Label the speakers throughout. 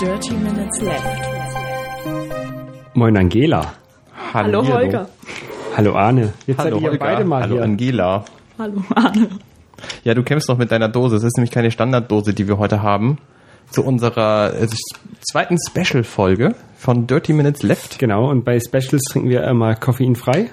Speaker 1: Dirty Minutes Left.
Speaker 2: Moin Angela.
Speaker 1: Hallo Holger.
Speaker 2: Hallo Arne. Jetzt
Speaker 3: Hallo
Speaker 2: seid ihr
Speaker 3: Holger.
Speaker 2: beide mal
Speaker 3: Hallo
Speaker 2: hier.
Speaker 3: Angela.
Speaker 1: Hallo Arne.
Speaker 3: Ja, du kämpfst noch mit deiner Dose. Es ist nämlich keine Standarddose, die wir heute haben. Zu unserer äh, zweiten Special-Folge von Dirty Minutes Left.
Speaker 2: Genau, und bei Specials trinken wir immer koffeinfrei.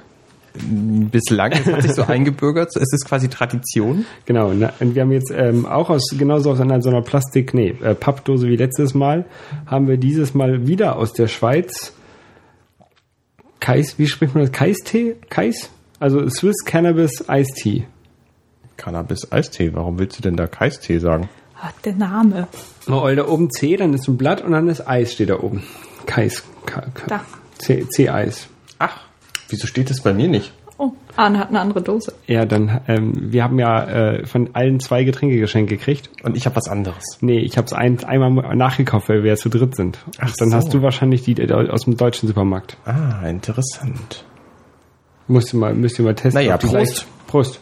Speaker 3: Bislang es hat sich so eingebürgert. Es ist quasi Tradition.
Speaker 2: Genau, na, und wir haben jetzt ähm, auch aus, genauso aus einer so einer Plastik, nee, äh, Pappdose wie letztes Mal, haben wir dieses Mal wieder aus der Schweiz Kais, wie spricht man das? Kais-Tee? Kais? Also Swiss Cannabis Iced Tea.
Speaker 3: Cannabis-Eistee. Warum willst du denn da Kaistee sagen?
Speaker 1: Ah, der Name.
Speaker 2: Oh, da oben C, dann ist ein Blatt und dann ist Eis steht da oben. Kais. Ka, Ka,
Speaker 1: Da.
Speaker 2: C- C-Eis.
Speaker 3: Ach, wieso steht das bei mir nicht?
Speaker 1: Oh, Arne hat eine andere Dose.
Speaker 2: Ja, dann, ähm, wir haben ja äh, von allen zwei Getränke geschenkt gekriegt.
Speaker 3: Und ich habe was anderes.
Speaker 2: Nee, ich habe es ein, einmal nachgekauft, weil wir ja zu dritt sind. Ach dann
Speaker 3: so.
Speaker 2: hast du wahrscheinlich die äh, aus dem deutschen Supermarkt.
Speaker 3: Ah, interessant.
Speaker 2: Musst du mal, müsst ihr mal testen.
Speaker 3: Naja,
Speaker 2: ob die
Speaker 3: Prost.
Speaker 2: gleich- Prost.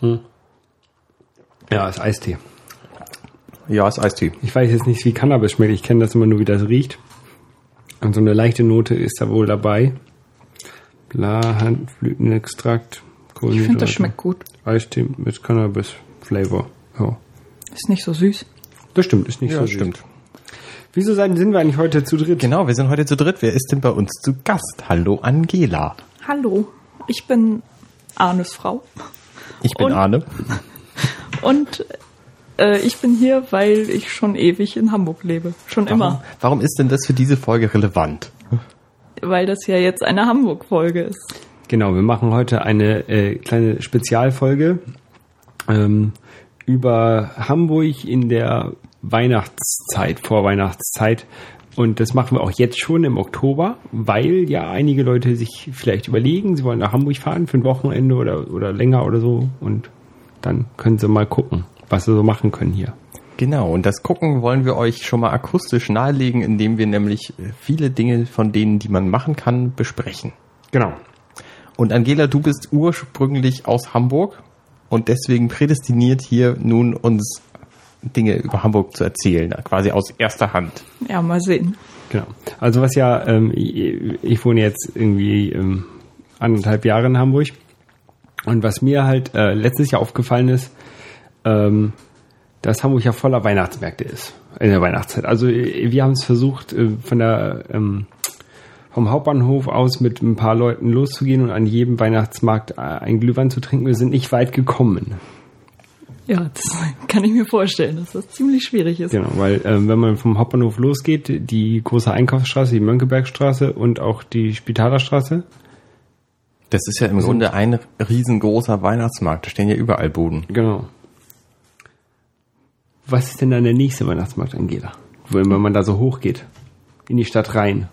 Speaker 2: Hm. Ja, ist Eistee.
Speaker 3: Ja, ist Eistee.
Speaker 2: Ich weiß jetzt nicht, wie Cannabis schmeckt. Ich kenne das immer nur, wie das riecht. Und so eine leichte Note ist da wohl dabei. Bla, Handblütenextrakt, Kohlenhydrate.
Speaker 1: Ich finde, das schmeckt gut.
Speaker 2: Eistee mit Cannabis-Flavor. Ja.
Speaker 1: Ist nicht so süß.
Speaker 2: Das stimmt, ist nicht so
Speaker 3: Ja,
Speaker 2: süß.
Speaker 3: stimmt.
Speaker 2: Wieso seid- sind wir eigentlich heute zu dritt?
Speaker 3: Genau, wir sind heute zu dritt. Wer ist denn bei uns zu Gast? Hallo Angela.
Speaker 1: Hallo, ich bin Arnes Frau.
Speaker 3: Ich bin
Speaker 1: Und-
Speaker 3: Arne.
Speaker 1: Und äh, ich bin hier, weil ich schon ewig in Hamburg lebe. Schon
Speaker 3: Warum,
Speaker 1: immer.
Speaker 3: warum ist denn das für diese Folge relevant?
Speaker 1: Weil das ja jetzt eine Hamburg-Folge ist.
Speaker 2: Genau, wir machen heute eine äh, kleine Spezialfolge ähm, über Hamburg in der Weihnachtszeit, Vorweihnachtszeit. Und das machen wir auch jetzt schon im Oktober, weil ja einige Leute sich vielleicht überlegen, sie wollen nach Hamburg fahren für ein Wochenende oder, oder länger oder so. Und dann können sie mal gucken, was sie so machen können hier.
Speaker 3: Genau, und das Gucken wollen wir euch schon mal akustisch nahelegen, indem wir nämlich äh, viele Dinge von denen, die man machen kann, besprechen.
Speaker 2: Genau.
Speaker 3: Und Angela, du bist ursprünglich aus Hamburg und deswegen prädestiniert hier nun uns Dinge über Hamburg zu erzählen, quasi aus erster Hand.
Speaker 1: Ja, mal sehen.
Speaker 2: Genau. Also was ja, ähm, ich, ich wohne jetzt irgendwie ähm, anderthalb Jahre in Hamburg. Und was mir halt äh, letztes Jahr aufgefallen ist, ähm, dass Hamburg ja voller Weihnachtsmärkte ist in der Weihnachtszeit. Also äh, wir haben es versucht, äh, von der ähm, vom Hauptbahnhof aus mit ein paar Leuten loszugehen und an jedem Weihnachtsmarkt äh, einen Glühwein zu trinken. Wir sind nicht weit gekommen.
Speaker 1: Ja, das kann ich mir vorstellen, dass das ziemlich schwierig ist.
Speaker 2: Genau, weil ähm, wenn man vom Hauptbahnhof losgeht, die große Einkaufsstraße, die Mönckebergstraße und auch die Spitalerstraße,
Speaker 3: Das ist ja im Grunde ein riesengroßer Weihnachtsmarkt, da stehen ja überall Boden.
Speaker 2: Genau. Was ist denn dann der nächste Weihnachtsmarkt, Angela? Wenn man da so hoch geht, in die Stadt rein.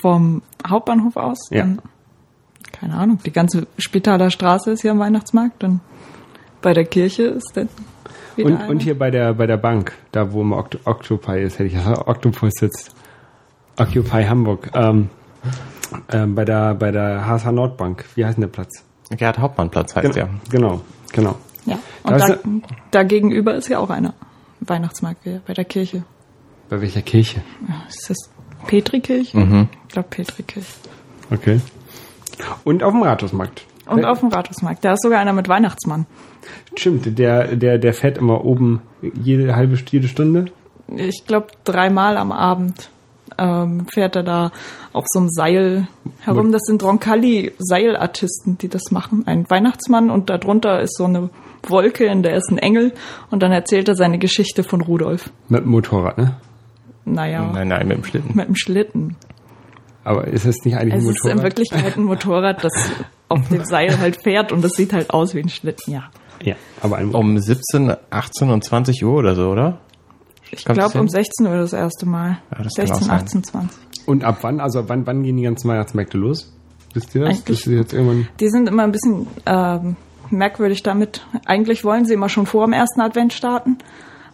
Speaker 1: Vom Hauptbahnhof aus?
Speaker 2: Ja.
Speaker 1: Dann, keine Ahnung, die ganze Spitaler Straße ist ja ein Weihnachtsmarkt. Dann bei der Kirche ist dann wieder
Speaker 2: Und,
Speaker 1: einer.
Speaker 2: und hier bei der, bei der Bank, da wo immer Oct Octopi ist, hätte ich gesagt, Octopus sitzt. Occupy Hamburg. Ähm, ähm, bei der, bei der HSH Nordbank. Wie heißt denn der Platz?
Speaker 3: Gerhard Hauptmannplatz heißt der.
Speaker 2: Genau, genau.
Speaker 1: Ja,
Speaker 2: Da
Speaker 1: und
Speaker 2: ist
Speaker 1: da, da gegenüber ist ja auch einer. Weihnachtsmarkt ja, bei der Kirche.
Speaker 2: Bei welcher Kirche?
Speaker 1: Ist das Petrikirche? Mhm. Ich glaube Petrikirche.
Speaker 2: Okay. Und auf dem Rathausmarkt.
Speaker 1: Und auf dem Rathausmarkt. Da ist sogar einer mit Weihnachtsmann.
Speaker 2: Stimmt, der, der, der fährt immer oben jede halbe jede Stunde.
Speaker 1: Ich glaube, dreimal am Abend ähm, fährt er da auf so einem Seil herum. Das sind Roncalli-Seilartisten, die das machen. Ein Weihnachtsmann und darunter ist so eine Wolke, in der ist ein Engel. Und dann erzählt er seine Geschichte von Rudolf.
Speaker 2: Mit dem Motorrad, ne?
Speaker 1: Naja,
Speaker 3: Nein, nein, mit dem Schlitten.
Speaker 1: mit dem Schlitten.
Speaker 2: Aber ist es nicht eigentlich
Speaker 1: Es
Speaker 2: ein
Speaker 1: ist in
Speaker 2: Motorrad?
Speaker 1: Wirklichkeit ein Motorrad, das auf dem Seil halt fährt und das sieht halt aus wie ein Schlitten, ja.
Speaker 2: ja, aber ein
Speaker 3: Um 17, 18 und 20 Uhr oder so, oder?
Speaker 1: Ich
Speaker 3: Kommt das
Speaker 1: glaube um
Speaker 3: hin?
Speaker 1: 16 Uhr das erste Mal.
Speaker 3: Ja, das kann auch
Speaker 1: 16,
Speaker 3: sein.
Speaker 1: 18, 20.
Speaker 2: Und ab wann, also ab wann, wann gehen die ganzen Weihnachtsmärkte los? Wisst ihr das?
Speaker 1: Eigentlich-
Speaker 2: Das ist jetzt irgendwann.
Speaker 1: Die sind immer ein bisschen ähm, merkwürdig damit. Eigentlich wollen sie immer schon vor dem ersten Advent starten,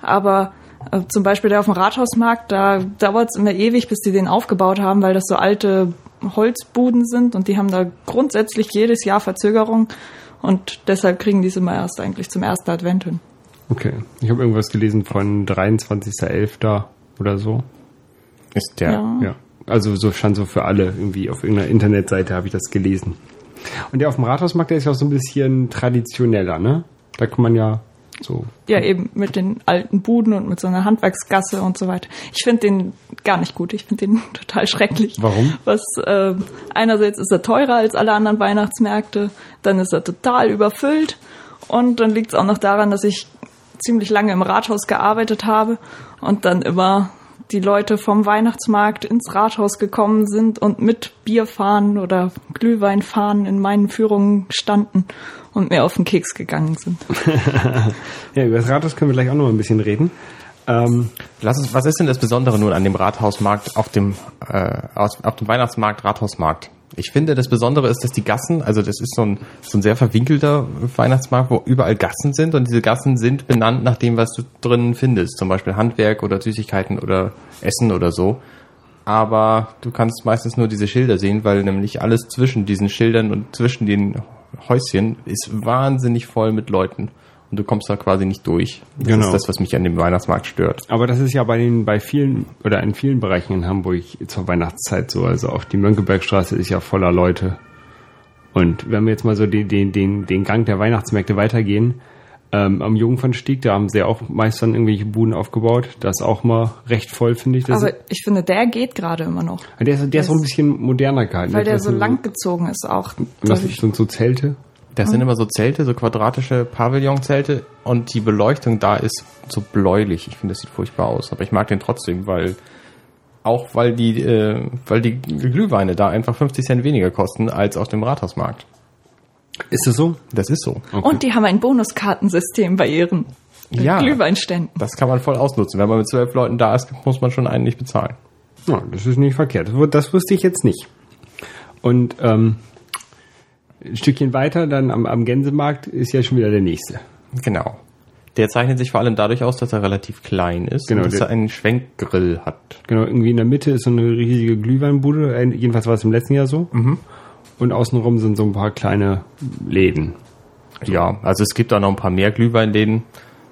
Speaker 1: aber äh, zum Beispiel der auf dem Rathausmarkt, da dauert es immer ewig, bis die den aufgebaut haben, weil das so alte Holzbuden sind und die haben da grundsätzlich jedes Jahr Verzögerung und deshalb kriegen die es immer erst eigentlich zum ersten Advent hin.
Speaker 2: Okay. Ich habe irgendwas gelesen von 23.11. oder so.
Speaker 3: Ist der.
Speaker 1: Ja.
Speaker 2: Ja. Also so stand so für alle irgendwie auf irgendeiner Internetseite habe ich das gelesen. Und der auf dem Rathausmarkt, der ist ja auch so ein bisschen traditioneller, ne? Da kann man ja so.
Speaker 1: Ja, eben mit den alten Buden und mit so einer Handwerksgasse und so weiter. Ich finde den gar nicht gut. Ich finde den total schrecklich.
Speaker 2: Warum?
Speaker 1: Was äh, einerseits ist er teurer als alle anderen Weihnachtsmärkte, dann ist er total überfüllt und dann liegt es auch noch daran, dass ich ziemlich lange im Rathaus gearbeitet habe und dann immer die Leute vom Weihnachtsmarkt ins Rathaus gekommen sind und mit Bierfahnen oder Glühweinfahnen in meinen Führungen standen und mir auf den Keks gegangen sind.
Speaker 2: Ja, über das Rathaus können wir gleich auch noch mal ein bisschen reden. Ähm,
Speaker 3: Lass uns, was ist denn das Besondere nun an dem Rathausmarkt auf dem, äh, aus, auf dem Weihnachtsmarkt, Rathausmarkt? Ich finde, das Besondere ist, dass die Gassen, also das ist so ein, so ein sehr verwinkelter Weihnachtsmarkt, wo überall Gassen sind und diese Gassen sind benannt nach dem, was du drinnen findest. Zum Beispiel Handwerk oder Süßigkeiten oder Essen oder so. Aber du kannst meistens nur diese Schilder sehen, weil nämlich alles zwischen diesen Schildern und zwischen den Häuschen ist wahnsinnig voll mit Leuten. Und du kommst da quasi nicht durch. Das
Speaker 2: Genau.
Speaker 3: ist das, was mich an dem Weihnachtsmarkt stört.
Speaker 2: aber das ist ja bei den, bei vielen oder in vielen Bereichen in Hamburg zur Weihnachtszeit so. Also auch die Mönckebergstraße ist ja voller Leute. Und wenn wir jetzt mal so den, den, den, den Gang der Weihnachtsmärkte weitergehen, ähm, am Jungfernstieg, da haben sie ja auch meist dann irgendwelche Buden aufgebaut. Das ist auch mal recht voll, finde ich. Das
Speaker 1: Aber ich finde, der geht gerade immer noch.
Speaker 2: Und Der ist, der ist so ein bisschen moderner gehalten.
Speaker 1: Weil der
Speaker 2: Das
Speaker 1: so
Speaker 2: sind
Speaker 1: langgezogen ist auch.
Speaker 2: Und das sind so Zelte.
Speaker 3: Das
Speaker 2: Mhm.
Speaker 3: sind immer so Zelte, so quadratische Pavillonzelte und die Beleuchtung da ist so bläulich. Ich finde, das sieht furchtbar aus, aber ich mag den trotzdem, weil auch weil die äh, weil die Glühweine da einfach 50 Cent weniger kosten als auf dem Rathausmarkt.
Speaker 2: Ist das so? Oh.
Speaker 3: Das ist so.
Speaker 1: Und die haben ein Bonuskartensystem bei ihren
Speaker 3: Ja.
Speaker 1: Glühweinständen.
Speaker 3: Das kann man voll ausnutzen. Wenn man mit zwölf Leuten da ist, muss man schon einen nicht bezahlen.
Speaker 2: Ja, das ist nicht verkehrt. Das wus- Das wusste ich jetzt nicht. Und ähm, ein Stückchen weiter, dann am, am Gänsemarkt ist ja schon wieder der nächste.
Speaker 3: Genau. Der zeichnet sich vor allem dadurch aus, dass er relativ klein ist
Speaker 2: Genau,
Speaker 3: und dass
Speaker 2: der-
Speaker 3: er einen Schwenkgrill hat.
Speaker 2: Genau, irgendwie in der Mitte ist so eine riesige Glühweinbude. Ein- Jedenfalls war es im letzten Jahr so. Und außenrum sind so ein paar kleine Läden.
Speaker 3: Ja, also es gibt auch noch ein paar mehr Glühweinläden.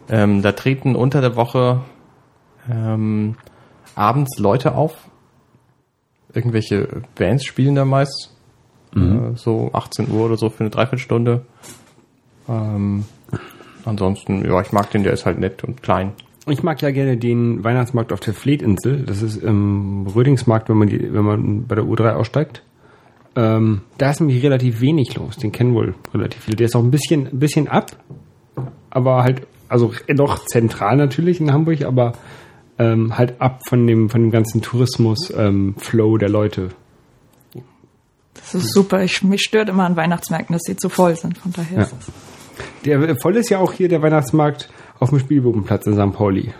Speaker 3: Ähm, da treten unter der Woche ähm, abends Leute auf. Irgendwelche Bands spielen da meist.
Speaker 2: Mhm.
Speaker 3: Äh, so 18 Uhr oder so für eine Dreiviertelstunde. Ähm, ansonsten, ja, ich mag den, der ist halt nett und klein.
Speaker 2: Ich mag ja gerne den Weihnachtsmarkt auf der Fleetinsel. Das ist im Rödingsmarkt, wenn man, die, wenn man bei der U3 aussteigt. Ähm, da ist nämlich relativ wenig los. Den kennen wohl relativ viele. Der ist auch ein bisschen, ein bisschen ab, aber halt, also noch zentral natürlich in Hamburg, aber ähm, halt ab von dem, von dem ganzen Tourismus-Flow der Leute.
Speaker 1: Das ist super. Ich, mich stört immer an Weihnachtsmärkten, dass sie zu voll sind. Von daher
Speaker 2: Ja.
Speaker 1: ist es.
Speaker 2: Der äh, voll ist ja auch hier der Weihnachtsmarkt auf dem Spielbogenplatz in St. Pauli.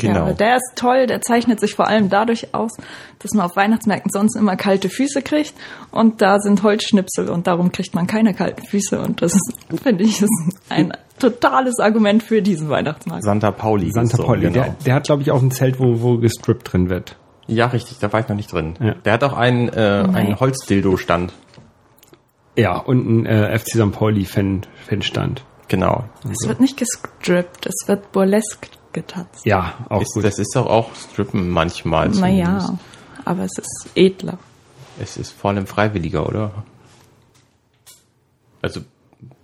Speaker 1: Ja,
Speaker 3: genau.
Speaker 1: aber der ist toll. Der zeichnet sich vor allem dadurch aus, dass man auf Weihnachtsmärkten sonst immer kalte Füße kriegt. Und da sind Holzschnipsel und darum kriegt man keine kalten Füße. Und das ist, finde ich ist ein totales Argument für diesen Weihnachtsmarkt.
Speaker 3: Santa Pauli.
Speaker 2: Santa
Speaker 3: So,
Speaker 2: Pauli.
Speaker 3: genau.
Speaker 2: Der, der hat, glaube ich, auch ein Zelt, wo, wo gestrippt drin wird.
Speaker 3: Ja, richtig, da war ich noch nicht drin.
Speaker 2: Ja.
Speaker 3: Der hat auch einen, äh, einen Holzdildo-Stand.
Speaker 2: Ja, und ein äh, FC St. Pauli-Fan-Stand.
Speaker 3: Genau.
Speaker 1: Es wird nicht gestrippt, es wird burlesque getanzt.
Speaker 2: Ja, auch
Speaker 3: Ist,
Speaker 2: gut.
Speaker 3: das ist doch auch Strippen manchmal. zumindest.
Speaker 1: Naja, aber es ist edler.
Speaker 3: Es ist vor allem freiwilliger, oder? Also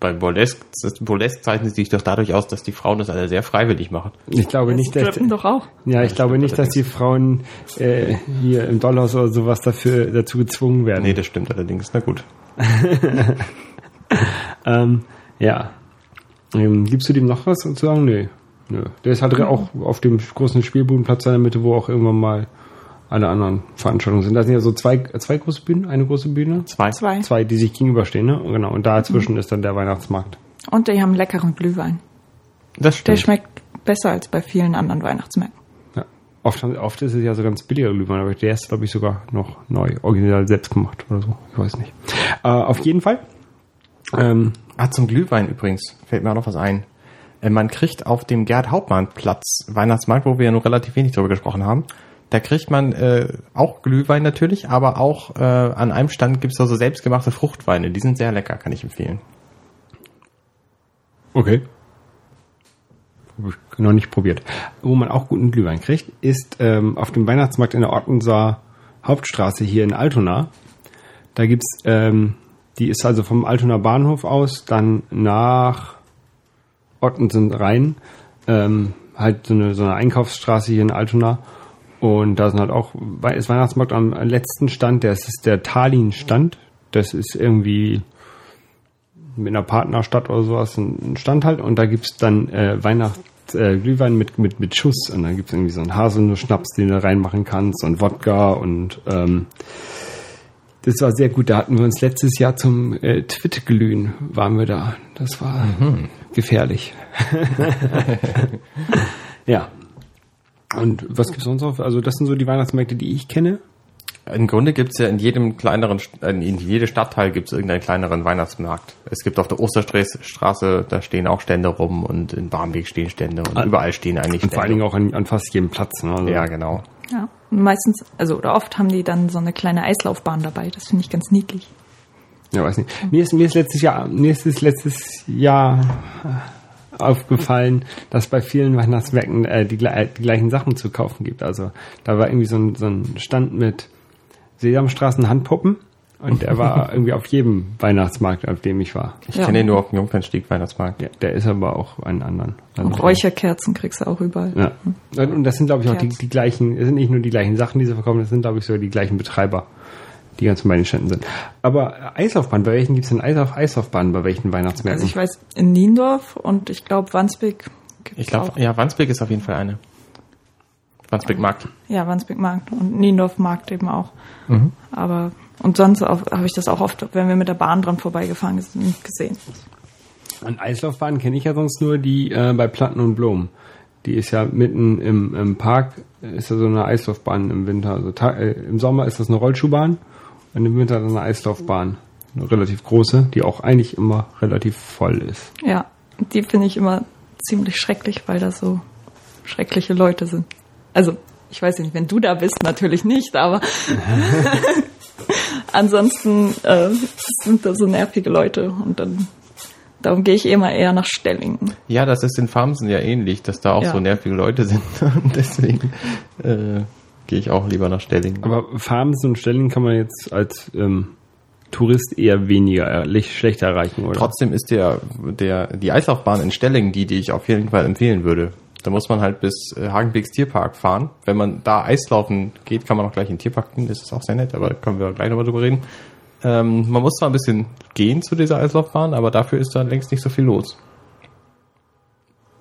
Speaker 3: bei Burlesque, das Burlesque zeichnet sich doch dadurch aus, dass die Frauen das alle sehr freiwillig machen.
Speaker 2: ich glaube
Speaker 1: Das
Speaker 2: nicht, dass,
Speaker 1: strippen doch auch.
Speaker 2: ja, ich glaube nicht, dass die Frauen äh, hier im Dollhaus oder sowas dafür dazu gezwungen werden.
Speaker 3: Nee, das stimmt allerdings. Na gut.
Speaker 2: Ähm, ja. Ähm, gibst du dem noch was zu sagen? Nö. Nö. Der ist
Speaker 3: Mhm.
Speaker 2: halt auch auf dem großen Spielbodenplatz in der Mitte, wo auch irgendwann mal alle anderen Veranstaltungen sind. Da sind ja so zwei, zwei große Bühnen, eine große Bühne.
Speaker 3: Zwei.
Speaker 1: Zwei.
Speaker 2: Zwei, die sich gegenüberstehen, ne? Genau. Und dazwischen ist dann der Weihnachtsmarkt.
Speaker 1: Und die haben leckeren Glühwein.
Speaker 3: Das
Speaker 1: Der
Speaker 3: stimmt.
Speaker 1: schmeckt besser als bei vielen anderen Weihnachtsmärkten.
Speaker 2: Ja. Oft, haben- oft ist es ja so ganz billiger Glühwein, aber der ist, glaube ich, sogar noch neu, original selbst gemacht oder so. Ich weiß nicht. Äh, auf jeden Fall. Ähm,
Speaker 3: Ah, zum Glühwein übrigens. Fällt mir auch noch was ein. Äh, Man kriegt auf dem Gerd-Hauptmann-Platz, Weihnachtsmarkt, wo wir ja nur relativ wenig drüber gesprochen haben, da kriegt man äh, auch Glühwein natürlich, aber auch äh, an einem Stand gibt's da so selbstgemachte Fruchtweine. Die sind sehr lecker, kann ich empfehlen.
Speaker 2: okay. hab ich noch nicht probiert, wo man auch guten Glühwein kriegt, ist ähm, auf dem Weihnachtsmarkt in der Ottenser Hauptstraße hier in Altona. Da gibt's, ähm, die ist also vom Altona Bahnhof aus, dann nach Ottensen rein, ähm, halt so eine, so eine Einkaufsstraße hier in Altona. Und da sind halt auch, Wei- ist Weihnachtsmarkt am letzten Stand, das ist der Tallinn-Stand. Das ist irgendwie mit einer Partnerstadt oder sowas einen Stand halt und da gibt's dann äh, Weihnachts äh, Glühwein mit, mit, mit Schuss und dann gibt's irgendwie so einen Haselnuss-Schnaps, den du reinmachen kannst und Wodka und ähm, das war sehr gut. Da hatten wir uns letztes Jahr zum äh, Twit-Glühen waren wir da. Das war gefährlich. ja. Und was gibt's sonst noch? Also das sind so die Weihnachtsmärkte, die ich kenne.
Speaker 3: Im Grunde gibt's ja in jedem kleineren, St- äh, in jedem Stadtteil gibt's irgendeinen kleineren Weihnachtsmarkt. Es gibt auf der Osterstraße, da stehen auch Stände rum und in Barmbek stehen Stände Ah, und überall stehen eigentlich
Speaker 2: Und vor allen Dingen auch an, an fast jedem Platz. Ne? Also,
Speaker 3: Ja, genau.
Speaker 1: Ja. Und meistens, also oder oft haben die dann so eine kleine Eislaufbahn dabei. Das finde ich ganz niedlich.
Speaker 2: Ja, weiß nicht. Mir ist, mir ist letztes Jahr, mir ist es letztes Jahr äh, aufgefallen, dass bei vielen Weihnachtsmärkten äh, die, gle- äh, die gleichen Sachen zu kaufen gibt. Also da war irgendwie so ein, so ein Stand mit Sesamstraßen Handpuppen und der war irgendwie auf jedem Weihnachtsmarkt, auf dem ich war.
Speaker 3: Ich
Speaker 1: Ja.
Speaker 3: kenne den nur auf dem Jungfernstieg Weihnachtsmarkt.
Speaker 2: Ja, der ist aber auch einen anderen.
Speaker 1: Und Räucherkerzen kriegst du auch überall.
Speaker 2: Ja. Und, und das sind, glaube ich, auch die,
Speaker 1: Kerzen.
Speaker 2: die gleichen, es sind nicht nur die gleichen Sachen, die sie verkaufen, das sind, glaube ich, sogar die gleichen Betreiber, die ganz bei den Ständen sind. Aber äh, Eislaufbahn, bei welchen gibt's denn Eislauf Eislaufbahnen, bei welchen Weihnachtsmärkten?
Speaker 1: Also ich weiß, in Niendorf und ich glaube Wandsbek gibt's
Speaker 3: Ich glaube,
Speaker 1: auch.
Speaker 3: ja, Wandsbek ist auf jeden Fall eine. Wandsbek Markt.
Speaker 1: Ja, Wandsbek Markt und Niendorf Markt eben auch. Aber und sonst auch- habe ich das auch oft, wenn wir mit der Bahn dran vorbeigefahren sind, gesehen.
Speaker 2: An Eislaufbahnen kenne ich ja sonst nur die äh, bei Platten und Blumen. Die ist ja mitten im, im Park, äh, ist ja so eine Eislaufbahn im Winter. Also ta- äh, im Sommer ist das eine Rollschuhbahn und im Winter dann eine Eislaufbahn. Eine relativ große, die auch eigentlich immer relativ voll ist.
Speaker 1: Ja, und die finde ich immer ziemlich schrecklich, weil da so schreckliche Leute sind. Also, ich weiß nicht, wenn du da bist, natürlich nicht, aber ansonsten äh, sind da so nervige Leute und dann darum gehe ich immer eher nach Stellingen.
Speaker 3: Ja, das ist in Farmsen ja ähnlich, dass da auch
Speaker 1: Ja.
Speaker 3: so nervige Leute sind. Und deswegen äh, gehe ich auch lieber nach Stellingen.
Speaker 2: Aber Farms und Stellen kann man jetzt als ähm, Tourist eher weniger, äh, lich- schlechter erreichen, oder?
Speaker 3: Trotzdem ist der, der, die Eislaufbahn in Stellingen die, die ich auf jeden Fall empfehlen würde. Da muss man halt bis äh, Hagenbecks Tierpark fahren. Wenn man da Eislaufen geht, kann man auch gleich in den Tierpark gehen. Das ist auch sehr nett, aber da können wir gleich nochmal drüber reden. Ähm, man muss zwar ein bisschen gehen zu dieser Eislaufbahn, aber dafür ist da längst nicht so viel los.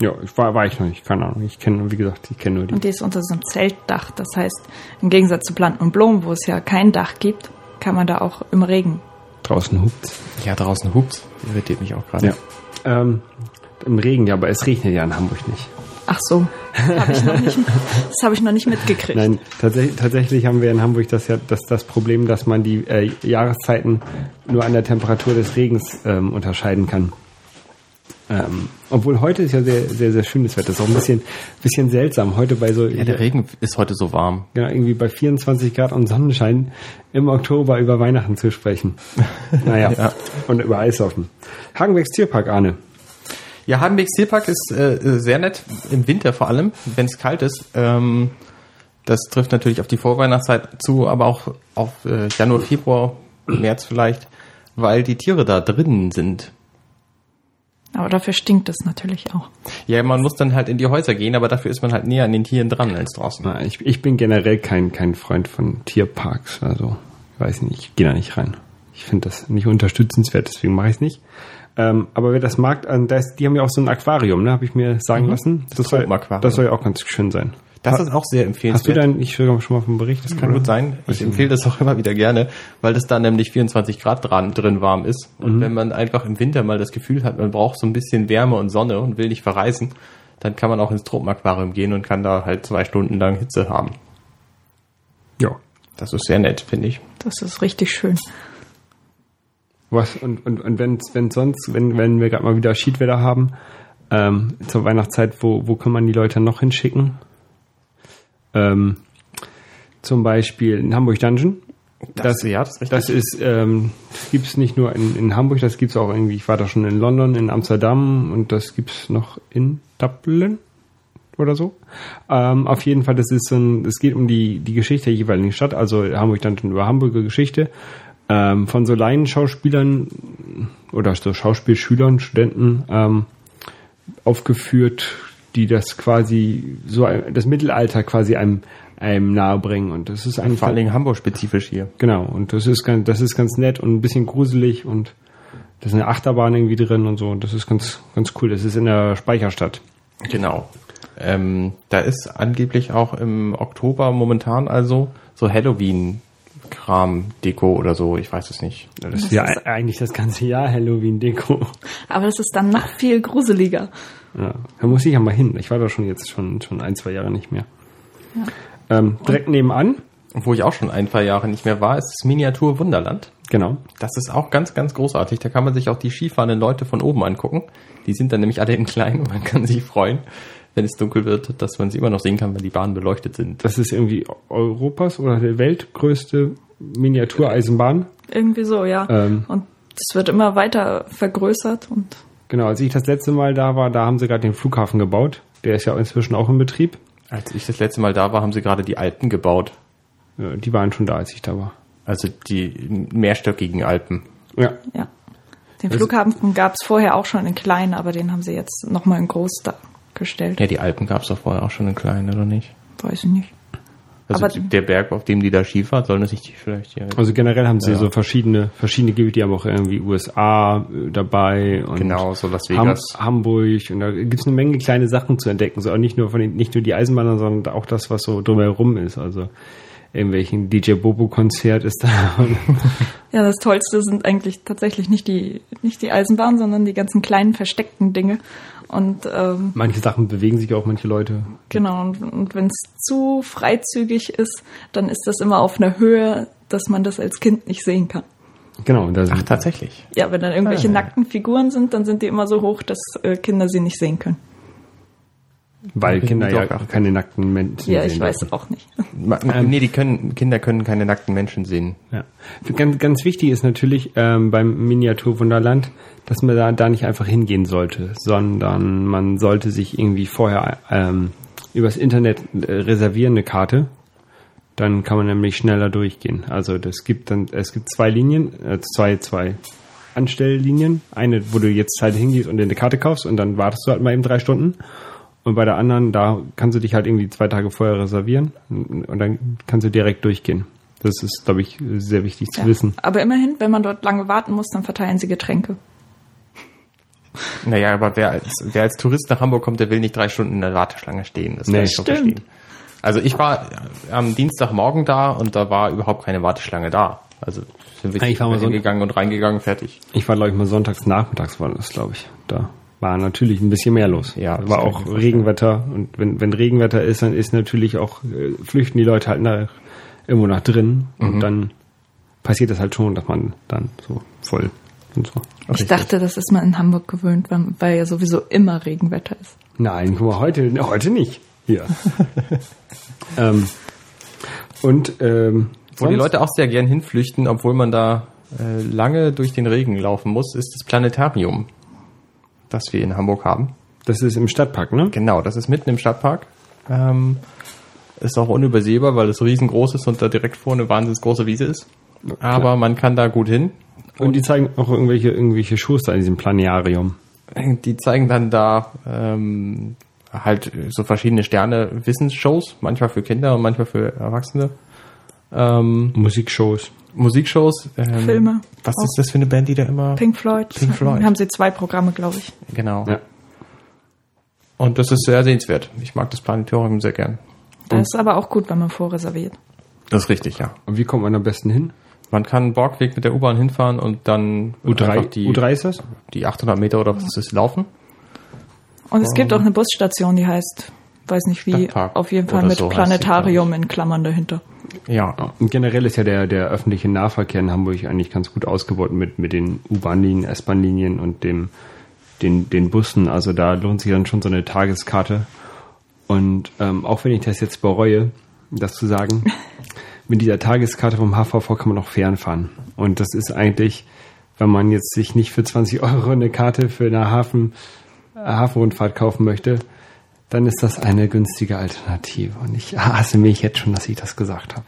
Speaker 2: ja, ich war, war ich noch nicht, keine Ahnung. Ich kenne, wie gesagt, ich kenne nur die.
Speaker 1: Und die ist unter so einem Zeltdach. Das heißt, im Gegensatz zu Planten und Blumen, wo es ja kein Dach gibt, kann man da auch im Regen.
Speaker 2: Draußen hupt's.
Speaker 3: Ja, draußen hupt. Irritiert mich auch gerade.
Speaker 2: Ja. Ähm, Im Regen, ja, aber es regnet ja in Hamburg nicht.
Speaker 1: Ach so, hab ich noch nicht, das habe ich noch nicht mitgekriegt.
Speaker 2: Nein, tatsächlich, tatsächlich haben wir in Hamburg das ja das, das Problem, dass man die äh, Jahreszeiten nur an der Temperatur des Regens ähm, unterscheiden kann. Ähm, obwohl heute ist ja sehr, sehr, sehr schönes Wetter. Ist auch ein bisschen, bisschen seltsam. Heute bei so
Speaker 3: Ja, der Regen ist heute so warm.
Speaker 2: ja, irgendwie bei 24 Grad und Sonnenschein im Oktober über Weihnachten zu sprechen. Naja,
Speaker 3: Ja.
Speaker 2: und über Eislaufen. Hagenbecks Tierpark, Arne.
Speaker 3: Ja, Hagenbecks Tierpark ist äh, sehr nett, im Winter vor allem, wenn es kalt ist. Ähm, das trifft natürlich auf die Vorweihnachtszeit zu, aber auch auf äh, Januar, Februar, März vielleicht, weil die Tiere da drinnen sind.
Speaker 1: Aber dafür stinkt es natürlich auch.
Speaker 3: Ja, man muss dann halt in die Häuser gehen, aber dafür ist man halt näher an den Tieren dran als draußen.
Speaker 2: Na, ich, ich bin generell kein, kein Freund von Tierparks. Also, ich weiß nicht, ich gehe da nicht rein. Ich finde das nicht unterstützenswert, deswegen mache ich es nicht. Ähm, aber wer das mag, äh, das, die haben ja auch so ein Aquarium, ne? Habe ich mir sagen lassen. Das soll,
Speaker 3: Mhm. Tropenaquarium.
Speaker 2: das soll ja auch ganz schön sein.
Speaker 3: Das ist auch sehr
Speaker 2: Hast du
Speaker 3: empfehlenswert.
Speaker 2: deinen, ich höre schon mal vom Bericht, das
Speaker 3: kann gut sein. Ich empfehle das auch immer wieder gerne, weil das da nämlich 24 Grad dran, drin warm ist. Und wenn man einfach im Winter mal das Gefühl hat, man braucht so ein bisschen Wärme und Sonne und will nicht verreisen, dann kann man auch ins Tropenaquarium gehen und kann da halt zwei Stunden lang Hitze haben.
Speaker 2: Ja.
Speaker 3: Das ist sehr nett, finde ich.
Speaker 1: Das ist richtig schön.
Speaker 2: Was, und, und, und wenn, wenn sonst, wenn, wenn wir gerade mal wieder Schiedwetter haben, ähm, zur Weihnachtszeit, wo, wo kann man die Leute noch hinschicken? Ähm, zum Beispiel in Hamburg Dungeon.
Speaker 3: Das- ja, das ist richtig.
Speaker 2: Das ist, ähm, das gibt's nicht nur in, in Hamburg, das gibt's auch irgendwie, ich war da schon in London, in Amsterdam und das gibt's noch in Dublin. oder so. Ähm, auf jeden Fall, das ist so ein, es geht um die, die Geschichte der jeweiligen Stadt, also Hamburg dann schon über Hamburger Geschichte, ähm, von so Laienschauspielern oder so Schauspielschülern, Studenten ähm, aufgeführt, die das quasi, so ein- das Mittelalter quasi einem, einem nahebringen. Und das ist eigentlich
Speaker 3: Vor allen Dingen Hamburg-spezifisch hier.
Speaker 2: Genau, und das ist ganz, das ist ganz nett und ein bisschen gruselig und da ist eine Achterbahn irgendwie drin und so. Und das ist ganz, ganz cool. Das ist in der Speicherstadt.
Speaker 3: Genau. Ähm, da ist angeblich auch im Oktober momentan also so Halloween-Kram, Deko oder so, ich weiß es nicht.
Speaker 2: Das ist ja ei- eigentlich das ganze Jahr Halloween-Deko.
Speaker 1: Aber das ist dann noch viel gruseliger.
Speaker 2: Ja, da muss ich ja mal hin. Ich war da schon jetzt schon, schon ein, zwei Jahre nicht mehr. Ähm, direkt nebenan,
Speaker 3: Und wo ich auch schon ein, zwei Jahre nicht mehr war, ist das Miniatur Wunderland.
Speaker 2: genau.
Speaker 3: Das ist auch ganz, ganz großartig. Da kann man sich auch die skifahrenden Leute von oben angucken. Die sind dann nämlich alle in klein und man kann sich freuen, wenn es dunkel wird, dass man sie immer noch sehen kann, weil die Bahnen beleuchtet sind.
Speaker 2: Das ist irgendwie Europas oder der weltgrößte Miniatureisenbahn.
Speaker 1: Irgendwie so, ja.
Speaker 2: Ähm.
Speaker 1: Und es wird immer weiter vergrößert und
Speaker 2: Genau, als ich das letzte Mal da war, da haben sie gerade den Flughafen gebaut. Der ist ja inzwischen auch in Betrieb.
Speaker 3: Als ich das letzte Mal da war, haben sie gerade die Alpen gebaut.
Speaker 2: Äh, Die waren schon da, als ich da war.
Speaker 3: Also die mehrstöckigen Alpen.
Speaker 2: Ja,
Speaker 1: ja. Den Flughafen gab es vorher auch schon in klein, aber den haben sie jetzt nochmal in groß dargestellt.
Speaker 3: Ja, die Alpen gab es doch vorher auch schon in klein, oder nicht?
Speaker 1: Weiß ich nicht.
Speaker 3: Also
Speaker 1: Aber-
Speaker 3: die- der Berg, auf dem die da Skifahren, sollen das nicht die vielleicht hier.
Speaker 2: Also generell haben sie so verschiedene, verschiedene Gebiete, die haben auch irgendwie USA äh, dabei und
Speaker 3: Genau, so Las
Speaker 2: Ham
Speaker 3: Vegas.
Speaker 2: Hamburg und da gibt's eine Menge kleine Sachen zu entdecken, so auch nicht nur von den, nicht nur die Eisenbahnen, sondern auch das, was so drumherum ist. Also irgendwelchen DJ Bobo Konzert ist da und
Speaker 1: Ja, das Tollste sind eigentlich tatsächlich nicht die, nicht die Eisenbahn, sondern die ganzen kleinen versteckten Dinge. Und ähm,
Speaker 2: manche Sachen bewegen sich auch manche Leute.
Speaker 1: Genau, und, und wenn es zu freizügig ist, dann ist das immer auf einer Höhe, dass man das als Kind nicht sehen kann.
Speaker 2: Genau, und da sind,
Speaker 3: tatsächlich.
Speaker 1: Ja, wenn dann irgendwelche
Speaker 3: Ah.
Speaker 1: nackten Figuren sind, dann sind die immer so hoch, dass äh, Kinder sie nicht sehen können.
Speaker 2: weil
Speaker 3: ich
Speaker 2: Kinder
Speaker 3: nicht
Speaker 2: ja
Speaker 3: drauf geachtet.
Speaker 2: keine nackten Menschen
Speaker 1: ja, ich
Speaker 2: sehen
Speaker 1: weiß
Speaker 2: dürfen.
Speaker 1: auch nicht.
Speaker 3: Ma- nee, die können, Kinder können keine nackten Menschen sehen.
Speaker 2: Ja. Ganz, ganz wichtig ist natürlich ähm, beim Miniaturwunderland, dass man da, da nicht einfach hingehen sollte, sondern man sollte sich irgendwie vorher ähm, übers Internet äh, reservieren eine Karte. Dann kann man nämlich schneller durchgehen. Also das gibt dann, es gibt zwei Linien, äh, zwei, zwei Anstelllinien. Eine, wo du jetzt halt hingehst und dir eine Karte kaufst und dann wartest du halt mal eben drei Stunden. Und bei der anderen, da kannst du dich halt irgendwie zwei Tage vorher reservieren und und dann kannst du direkt durchgehen. Das ist, glaube ich, sehr wichtig zu
Speaker 1: Ja.
Speaker 2: wissen.
Speaker 1: Aber immerhin, wenn man dort lange warten muss, dann verteilen sie Getränke.
Speaker 3: Naja, aber wer als, wer als Tourist nach Hamburg kommt, der will nicht drei Stunden in der Warteschlange stehen. Das kann
Speaker 2: Nee.
Speaker 3: ich schon
Speaker 1: Stimmt.
Speaker 3: verstehen. Also ich war am Dienstagmorgen da und da war überhaupt keine Warteschlange da. Also sind wir
Speaker 2: Ich war mal so-
Speaker 3: hingegangen und reingegangen, fertig.
Speaker 2: Ich war, glaube ich, mal sonntags nachmittags war das, glaube ich. Da war natürlich ein bisschen mehr los.
Speaker 3: Ja, das
Speaker 2: war
Speaker 3: kann ich mir
Speaker 2: auch
Speaker 3: vorstellen.
Speaker 2: Regenwetter. Und wenn, wenn Regenwetter ist, dann ist natürlich auch, äh, flüchten die Leute halt nach, irgendwo nach drin.
Speaker 3: Mhm.
Speaker 2: Und dann passiert das halt schon, dass man dann so voll und so.
Speaker 1: Ich dachte, das ist man in Hamburg gewöhnt, weil, weil ja sowieso immer Regenwetter ist.
Speaker 2: Nein, guck mal, heute,
Speaker 3: ne,
Speaker 2: heute nicht. Hier. ähm, und ähm,
Speaker 3: Wo die Leute auch sehr gern hinflüchten, obwohl man da äh, lange durch den Regen laufen muss, ist das Planetarium, das wir in Hamburg haben.
Speaker 2: das ist im Stadtpark, ne?
Speaker 3: Genau, das ist mitten im Stadtpark. Ähm, ist auch unübersehbar, weil es riesengroß ist und da direkt vorne eine wahnsinnig große Wiese ist. Aber man kann da gut hin.
Speaker 2: Und die zeigen auch irgendwelche, irgendwelche Shows da in diesem Planarium.
Speaker 3: Die zeigen dann da ähm, halt so verschiedene Sterne-Wissensshows, manchmal für Kinder und manchmal für Erwachsene. Ähm,
Speaker 2: Musikshows.
Speaker 3: Musikshows. Ähm,
Speaker 1: Filme.
Speaker 3: Was ist das für eine Band, die da immer...
Speaker 1: Pink Floyd. äh,
Speaker 3: Pink Floyd.
Speaker 1: Haben sie zwei Programme, glaube ich.
Speaker 3: Genau.
Speaker 2: Ja.
Speaker 3: Und das ist sehr sehenswert. Ich mag das Planetarium sehr gern.
Speaker 1: Das ist aber auch gut, wenn man vorreserviert.
Speaker 3: Das ist richtig, ja.
Speaker 2: Und wie kommt man am besten hin?
Speaker 3: Man kann Borgweg mit der U-Bahn hinfahren und dann einfach
Speaker 2: U3,
Speaker 3: die,
Speaker 2: U3 ist das?
Speaker 3: die 800 Meter oder was ist das, laufen.
Speaker 1: Und es gibt auch eine Busstation, die heißt, weiß nicht wie,
Speaker 3: Stadtpark
Speaker 1: auf jeden Fall
Speaker 3: oder
Speaker 1: mit
Speaker 3: so heißt sie,
Speaker 1: Planetarium in Klammern dahinter.
Speaker 3: Ja.
Speaker 2: Und generell ist ja der, der öffentliche Nahverkehr in Hamburg eigentlich ganz gut ausgebaut mit, mit den U-Bahn-Linien, S-Bahn-Linien und dem, den, den Bussen. Also da lohnt sich dann schon so eine Tageskarte. Und ähm, auch wenn ich das jetzt bereue, das zu sagen, mit dieser Tageskarte vom HVV kann man auch fernfahren. Und das ist eigentlich, wenn man jetzt sich nicht für 20 Euro eine Karte für eine Hafen, äh, Hafenrundfahrt kaufen möchte, dann ist das eine günstige Alternative. Und ich hasse mich jetzt schon, dass ich das gesagt habe.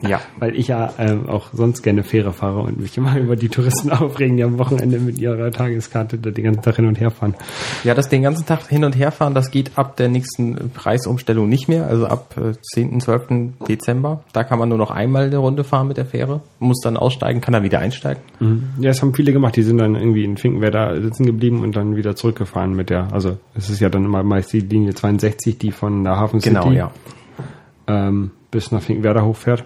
Speaker 3: Ja.
Speaker 2: Weil ich ja ähm, auch sonst gerne Fähre fahre und mich immer über die Touristen aufregen, die am Wochenende mit ihrer Tageskarte da den ganzen Tag hin und her fahren.
Speaker 3: Ja, das den ganzen Tag hin und her fahren, das geht ab der nächsten Preisumstellung nicht mehr, also ab äh, 10., 12. Dezember. Da kann man nur noch einmal eine Runde fahren mit der Fähre, muss dann aussteigen, kann dann wieder einsteigen. Also
Speaker 2: Ja, das haben viele gemacht. Die sind dann irgendwie in Finkenwerder sitzen geblieben und dann wieder zurückgefahren mit der. Also es ist ja dann immer meist die Linie 62, die von der Hafen City
Speaker 3: Genau,
Speaker 2: ähm, bis nach Finkenwerder hochfährt.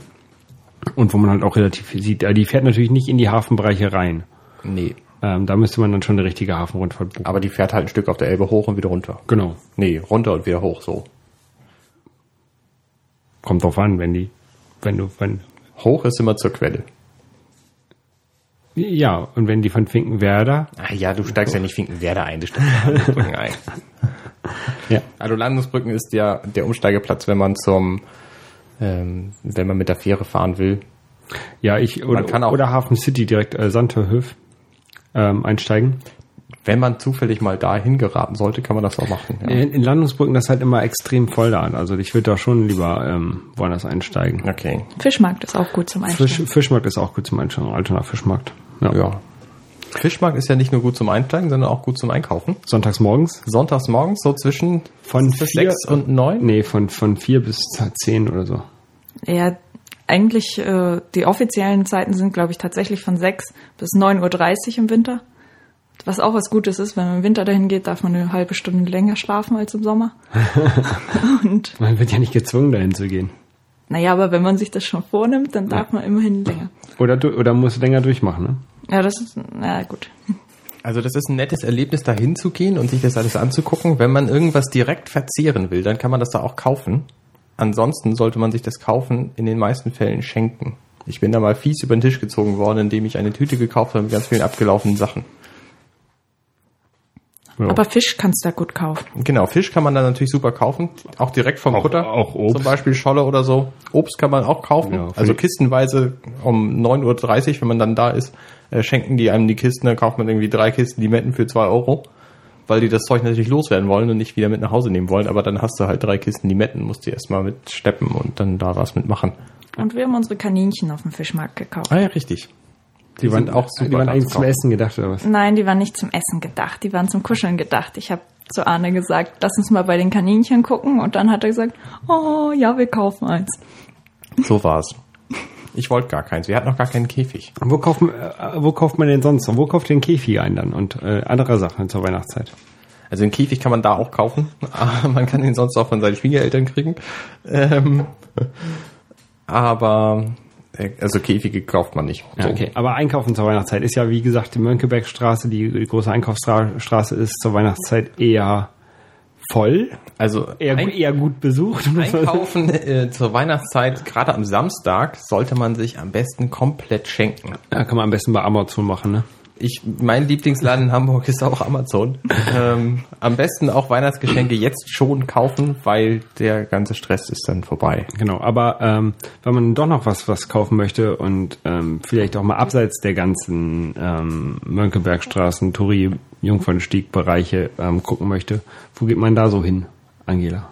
Speaker 2: Und wo man halt auch relativ viel sieht. Äh, Die fährt natürlich nicht in die Hafenbereiche rein.
Speaker 3: Nee.
Speaker 2: Ähm, da müsste man dann schon eine richtige Hafenrundfahrt buchen.
Speaker 3: Aber die fährt halt ein Stück auf der Elbe hoch und wieder runter.
Speaker 2: genau.
Speaker 3: Nee, runter und wieder hoch, so.
Speaker 2: Kommt drauf an, wenn die, wenn du, wenn,
Speaker 3: Hoch ist immer zur Quelle.
Speaker 2: ja, und wenn die von Finkenwerder,
Speaker 3: Ah ja, du steigst ja nicht Finkenwerder ein, du steigst in Landungsbrücken ein.
Speaker 2: ja,
Speaker 3: Also Landungsbrücken ist ja der Umsteigeplatz, wenn man zum, ähm, wenn man mit der Fähre fahren will.
Speaker 2: ja, ich, oder,
Speaker 3: kann auch-
Speaker 2: oder Hafen City direkt, äh, Sandhöf, ähm, einsteigen.
Speaker 3: Wenn man zufällig mal dahin geraten sollte, kann man das auch machen. Ja.
Speaker 2: In, in Landungsbrücken das ist halt immer extrem voll da. Also ich würde da schon lieber ähm, woanders einsteigen.
Speaker 3: Okay.
Speaker 1: Fischmarkt ist auch gut zum Einsteigen.
Speaker 2: Fisch, Fischmarkt ist auch gut zum Einsteigen, Altonaer Fischmarkt. Ja.
Speaker 3: Ja. Fischmarkt ist ja nicht nur gut zum Einsteigen, sondern auch gut zum Einkaufen.
Speaker 2: Sonntags morgens?
Speaker 3: Sonntags morgens so zwischen
Speaker 2: Von
Speaker 3: was ist das,
Speaker 2: vier-
Speaker 3: sechs und neun.
Speaker 2: Nee, von, von vier bis zehn oder so.
Speaker 1: Ja, eigentlich äh, die offiziellen Zeiten sind, glaube ich, tatsächlich von 6 bis 9.30 Uhr im Winter. Was auch was Gutes ist, wenn man im Winter dahin geht, darf man eine halbe Stunde länger schlafen als im Sommer. Und
Speaker 2: Man wird ja nicht gezwungen, dahin zu gehen.
Speaker 1: naja, aber wenn man sich das schon vornimmt, dann darf man immerhin länger.
Speaker 2: Oder, du, oder muss länger durchmachen, ne?
Speaker 1: Ja, das ist, na gut.
Speaker 3: Also das ist ein nettes Erlebnis, da hinzugehen und sich das alles anzugucken. Wenn man irgendwas direkt verzehren will, dann kann man das da auch kaufen. Ansonsten sollte man sich das kaufen in den meisten Fällen schenken. Ich bin da mal fies über den Tisch gezogen worden, indem ich eine Tüte gekauft habe mit ganz vielen abgelaufenen Sachen.
Speaker 2: Ja.
Speaker 1: Aber Fisch kannst du da gut kaufen.
Speaker 3: Und Genau, Fisch kann man da natürlich super kaufen, auch direkt vom
Speaker 2: Auch-
Speaker 3: Kutter.
Speaker 2: auch Obst.
Speaker 3: Zum Beispiel Scholle oder so. Obst kann man auch kaufen.
Speaker 2: Ja,
Speaker 3: also
Speaker 2: Fisch.
Speaker 3: kistenweise um 9.30 Uhr, wenn man dann da ist, äh, schenken die einem die Kisten, dann kauft man irgendwie drei Kisten Limetten für zwei Euro, weil die das Zeug natürlich loswerden wollen und nicht wieder mit nach Hause nehmen wollen. Aber dann hast du halt drei Kisten Limetten, musst die erstmal mitsteppen und dann da was mitmachen.
Speaker 1: Und wir haben unsere Kaninchen auf dem Fischmarkt gekauft.
Speaker 3: Ah ja, richtig.
Speaker 2: Die, waren
Speaker 3: sind auch
Speaker 2: auch
Speaker 3: super
Speaker 2: Die waren
Speaker 3: da
Speaker 2: eigentlich
Speaker 3: zu
Speaker 2: zum
Speaker 3: kaufen.
Speaker 2: Essen gedacht, oder was?
Speaker 1: Nein, die waren nicht zum Essen gedacht, die waren zum Kuscheln gedacht. Ich habe zu Arne gesagt, lass uns mal bei den Kaninchen gucken. Und dann hat er gesagt, oh ja, wir kaufen eins.
Speaker 3: So war's. Ich wollte gar keins. Wir hatten noch gar keinen Käfig.
Speaker 2: Wo kauft, man- äh, wo kauft man denn sonst? noch? Wo kauft ihr den Käfig ein dann und äh, andere Sachen zur Weihnachtszeit?
Speaker 3: Also den Käfig kann man da auch kaufen. aber man kann ihn sonst auch von seinen Schwiegereltern kriegen. Ähm, aber äh, also Käfige kauft man nicht.
Speaker 2: Ja,
Speaker 3: So.
Speaker 2: okay. Aber einkaufen zur Weihnachtszeit ist ja, wie gesagt, die Mönckebergstraße, die die große Einkaufsstraße ist zur Weihnachtszeit eher voll,
Speaker 3: Also
Speaker 2: eher,
Speaker 3: ein-
Speaker 2: eher gut besucht.
Speaker 3: einkaufen äh, zur Weihnachtszeit, gerade am Samstag, sollte man sich am besten komplett schenken.
Speaker 2: Ja, kann man am besten bei Amazon machen, ne?
Speaker 3: Ich, mein Lieblingsladen in Hamburg ist auch Amazon. ähm, am besten auch Weihnachtsgeschenke jetzt schon kaufen, weil der ganze Stress ist dann vorbei.
Speaker 2: Genau. Aber ähm, wenn man doch noch was, was kaufen möchte und ähm, vielleicht auch mal abseits der ganzen ähm, Mönckebergstraßen, Touri, Jungfernstieg-Bereiche ähm, gucken möchte, wo geht man da so hin, Angela?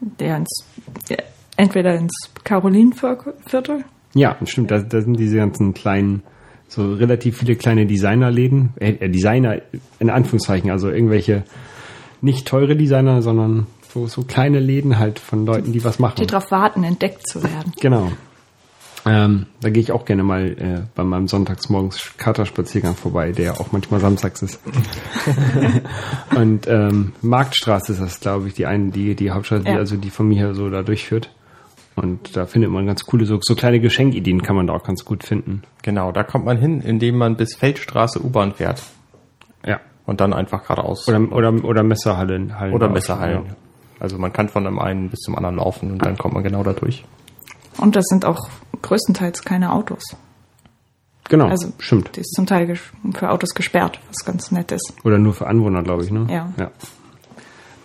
Speaker 1: Der ins, der, entweder ins Karolinenviertel.
Speaker 2: Ja, stimmt. Da, da sind diese ganzen kleinen, so relativ viele kleine Designerläden. Äh, äh, Designer in Anführungszeichen, also irgendwelche nicht teure Designer, sondern so, so kleine Läden halt von Leuten, die was machen.
Speaker 1: Die drauf warten, entdeckt zu werden.
Speaker 2: Genau. Ähm, da gehe ich auch gerne mal äh, bei meinem sonntagsmorgens Katerspaziergang vorbei, der auch manchmal samstags ist. Und ähm, Marktstraße ist das, glaube ich, die eine, die, die Hauptstraße, die
Speaker 1: Ja.
Speaker 2: also die von mir her so da durchführt. Und da findet man ganz coole, so, so kleine Geschenkideen kann man da auch ganz gut finden.
Speaker 3: Genau, da kommt man hin, indem man bis Feldstraße U-Bahn fährt.
Speaker 2: Ja.
Speaker 3: Und dann einfach geradeaus.
Speaker 2: Oder, oder, oder Messerhallen. Hallen
Speaker 3: oder
Speaker 2: auch,
Speaker 3: Messerhallen.
Speaker 2: ja.
Speaker 3: Also man kann von dem einen bis zum anderen laufen und dann kommt man genau da durch.
Speaker 1: Und das sind auch größtenteils keine Autos.
Speaker 2: Genau,
Speaker 1: Also
Speaker 2: stimmt.
Speaker 1: Die ist zum Teil ges- für Autos gesperrt, was ganz nett ist.
Speaker 2: Oder nur für Anwohner, glaube ich, ne?
Speaker 1: Ja.
Speaker 2: ja.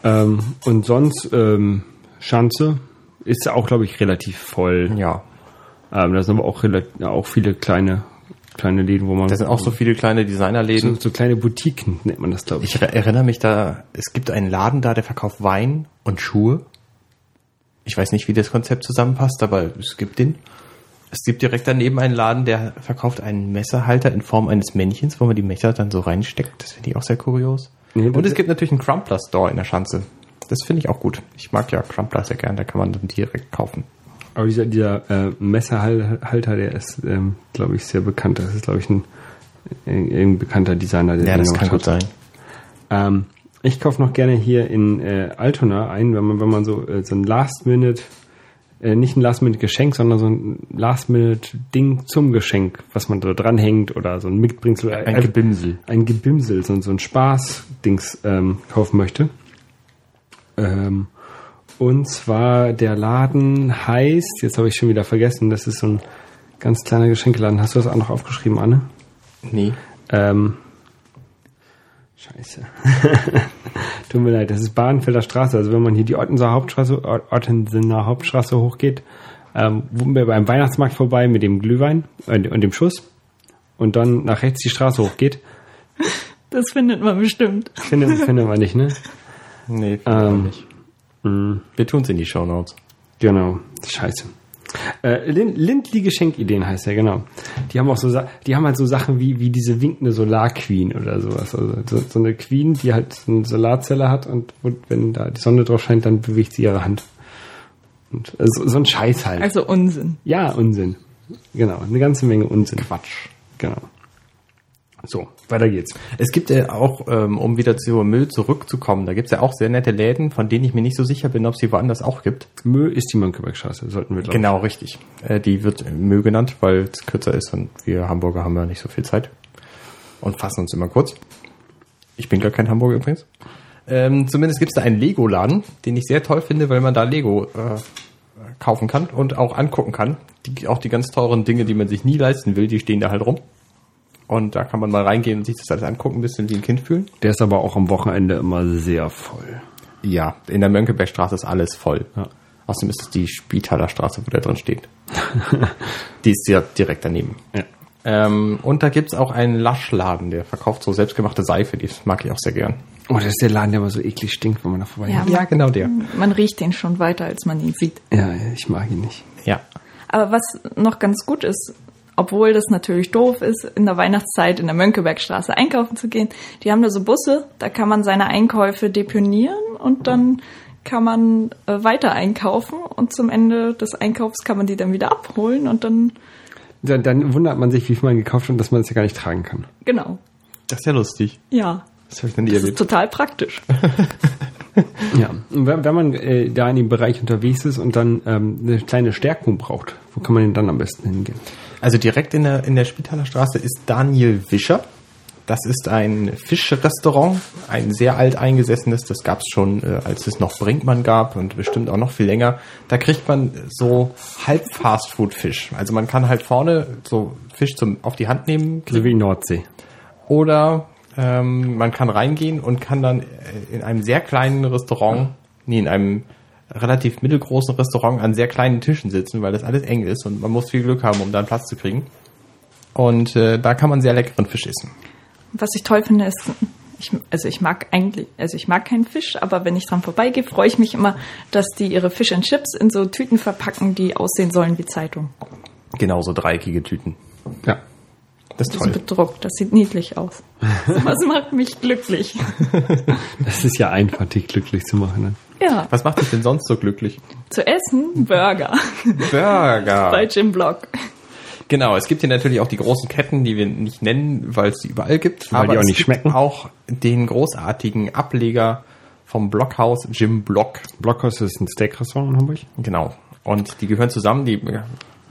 Speaker 2: Ähm, und sonst, ähm, Schanze ist ja auch, glaube ich, relativ voll.
Speaker 3: Ja.
Speaker 2: Ähm, da sind aber auch, rela- ja, auch viele kleine kleine Läden, wo man.
Speaker 3: Da sind auch so viele kleine Designerläden.
Speaker 2: so, so kleine Boutiquen nennt man das, glaube ich.
Speaker 3: Ich re- erinnere mich da, es gibt einen Laden da, der verkauft Wein und Schuhe. Ich weiß nicht, wie das Konzept zusammenpasst, aber es gibt den. Es gibt direkt daneben einen Laden, der verkauft einen Messerhalter in Form eines Männchens, wo man die Messer dann so reinsteckt. Das finde ich auch sehr kurios.
Speaker 2: Nee,
Speaker 3: und
Speaker 2: das-
Speaker 3: es gibt natürlich einen Crumpler Store in der Schanze. Das finde ich auch gut. Ich mag ja Crumpler sehr gern, da kann man dann direkt kaufen.
Speaker 2: Aber dieser, dieser äh, Messerhalter, der ist, ähm, glaube ich, sehr bekannt. Das ist, glaube ich, ein, ein, ein bekannter Designer, der den gemacht hat. Ähm, ich kaufe noch gerne hier in äh, Altona ein, wenn man, wenn man so, äh, so ein Last-Minute, äh, nicht ein Last-Minute-Geschenk, sondern so ein Last-Minute-Ding zum Geschenk, was man da dranhängt oder so ein Mitbringsel. also
Speaker 3: Ein Gebimsel.
Speaker 2: Ein Gebimsel, so, so ein Spaß-Dings ähm, kaufen möchte. Ähm, und zwar der Laden heißt, jetzt habe ich schon wieder vergessen, das ist so ein ganz kleiner Geschenkeladen. Hast du das auch noch aufgeschrieben, Anne?
Speaker 3: Nee.
Speaker 2: Ähm, scheiße. Tut mir leid, das ist Bahnfelder Straße. Also wenn man hier die Ottenser Hauptstraße, Ot- Ottensener Hauptstraße hochgeht, ähm, wurden wir beim Weihnachtsmarkt vorbei mit dem Glühwein äh, und, und dem Schuss und dann nach rechts die Straße hochgeht.
Speaker 1: Das findet man bestimmt.
Speaker 2: Finde, finde man nicht, ne?
Speaker 3: Nee,
Speaker 2: Ähm,
Speaker 3: nicht. Äh, Wir tun's in die Shownotes.
Speaker 2: Genau, scheiße. Äh, Lin- Lindley Geschenkideen heißt er, genau. Die haben auch so, Sa- die haben halt so Sachen wie, wie diese winkende Solarqueen oder sowas. Also so, so eine Queen, die halt eine Solarzelle hat und, und wenn da die Sonne drauf scheint, dann bewegt sie ihre Hand. Und, äh, so, so ein Scheiß halt.
Speaker 1: Also Unsinn.
Speaker 2: ja, Unsinn. Genau, eine ganze Menge Unsinn. Quatsch. Genau. So, weiter geht's.
Speaker 3: Es gibt ja auch, ähm, um wieder zu Müll zurückzukommen, da gibt's ja auch sehr nette Läden, von denen ich mir nicht so sicher bin, ob sie woanders auch gibt.
Speaker 2: Mö ist die Mönckebergstraße, sollten wir glauben.
Speaker 3: Genau, richtig. Äh, die wird Müll genannt, weil es kürzer ist und wir Hamburger haben ja nicht so viel Zeit und fassen uns immer kurz. Ich bin gar kein Hamburger übrigens. Ähm, zumindest gibt's da einen Lego-Laden, den ich sehr toll finde, weil man da Lego äh, kaufen kann und auch angucken kann. Die, auch die ganz teuren Dinge, die man sich nie leisten will, die stehen da halt rum. Und da kann man mal reingehen und sich das alles angucken, ein bisschen wie ein Kind fühlen.
Speaker 2: Der ist aber auch am Wochenende immer sehr voll.
Speaker 3: Ja, in der Mönckebergstraße ist alles voll.
Speaker 2: Ja.
Speaker 3: Außerdem ist es die Spitaler Straße, wo der drin steht. die ist ja direkt daneben.
Speaker 2: Ja.
Speaker 3: Ähm, und da gibt's auch einen Laschladen, der verkauft so selbstgemachte Seife, die mag ich auch sehr gern.
Speaker 2: Oh, das ist der Laden, der immer so eklig stinkt, wenn man da vorbei
Speaker 1: Ja. Mhm.
Speaker 3: Ja, genau der.
Speaker 1: Man riecht den schon weiter, als man ihn sieht.
Speaker 2: Ja, ich mag ihn nicht.
Speaker 3: Ja.
Speaker 1: Aber was noch ganz gut ist, obwohl das natürlich doof ist, in der Weihnachtszeit in der Mönckebergstraße einkaufen zu gehen, die haben da so Busse, da kann man seine Einkäufe deponieren und dann kann man äh, weiter einkaufen und zum Ende des Einkaufs kann man die dann wieder abholen und dann,
Speaker 2: Dann, dann wundert man sich, wie viel man gekauft hat und dass man es ja gar nicht tragen kann.
Speaker 1: genau,
Speaker 3: Das ist ja lustig.
Speaker 1: ja.
Speaker 3: Das habe ich noch nie
Speaker 1: Das ist
Speaker 3: erlebt.
Speaker 1: total praktisch.
Speaker 2: Ja. Und wenn, wenn man äh, da in dem Bereich unterwegs ist und dann ähm, eine kleine Stärkung braucht, wo kann man denn dann am besten hingehen?
Speaker 3: Also direkt in der, in der Spitaler Straße ist Daniel Wischer. Das ist ein Fischrestaurant, ein sehr alt eingesessenes. Das gab es schon, äh, als es noch Brinkmann gab und bestimmt auch noch viel länger. Da kriegt man so halb Fastfood-Fisch. Also man kann halt vorne so Fisch zum, auf die Hand nehmen
Speaker 2: So wie Nordsee.
Speaker 3: oder ähm, man kann reingehen und kann dann äh, in einem sehr kleinen Restaurant, nee, in einem relativ mittelgroßen Restaurant an sehr kleinen Tischen sitzen, weil das alles eng ist und man muss viel Glück haben, um da einen Platz zu kriegen. Und äh, da kann man sehr leckeren Fisch essen.
Speaker 1: Was ich toll finde, ist, ich, also ich mag eigentlich, also ich mag keinen Fisch, aber wenn ich dran vorbeigehe, freue ich mich immer, dass die ihre Fish and Chips in so Tüten verpacken, die aussehen sollen wie Zeitung.
Speaker 3: Genauso dreieckige Tüten.
Speaker 2: Ja.
Speaker 3: Das ist
Speaker 1: Das ist
Speaker 3: toll.
Speaker 1: bedruckt, das sieht niedlich aus. Sowas macht mich glücklich.
Speaker 2: Das ist ja einfach, dich glücklich zu machen. Ne?
Speaker 1: Ja,
Speaker 3: Was macht dich denn sonst so glücklich?
Speaker 1: zu essen Burger
Speaker 3: Burger.
Speaker 1: bei Jim Block.
Speaker 3: Genau, es gibt hier natürlich auch die großen Ketten, die wir nicht nennen, weil es die überall gibt.
Speaker 2: Weil die auch
Speaker 3: es
Speaker 2: nicht
Speaker 3: gibt
Speaker 2: schmecken.
Speaker 3: auch den großartigen Ableger vom Blockhaus Jim Block.
Speaker 2: Blockhaus ist ein Steakrestaurant in Hamburg.
Speaker 3: Genau. Und die gehören zusammen, die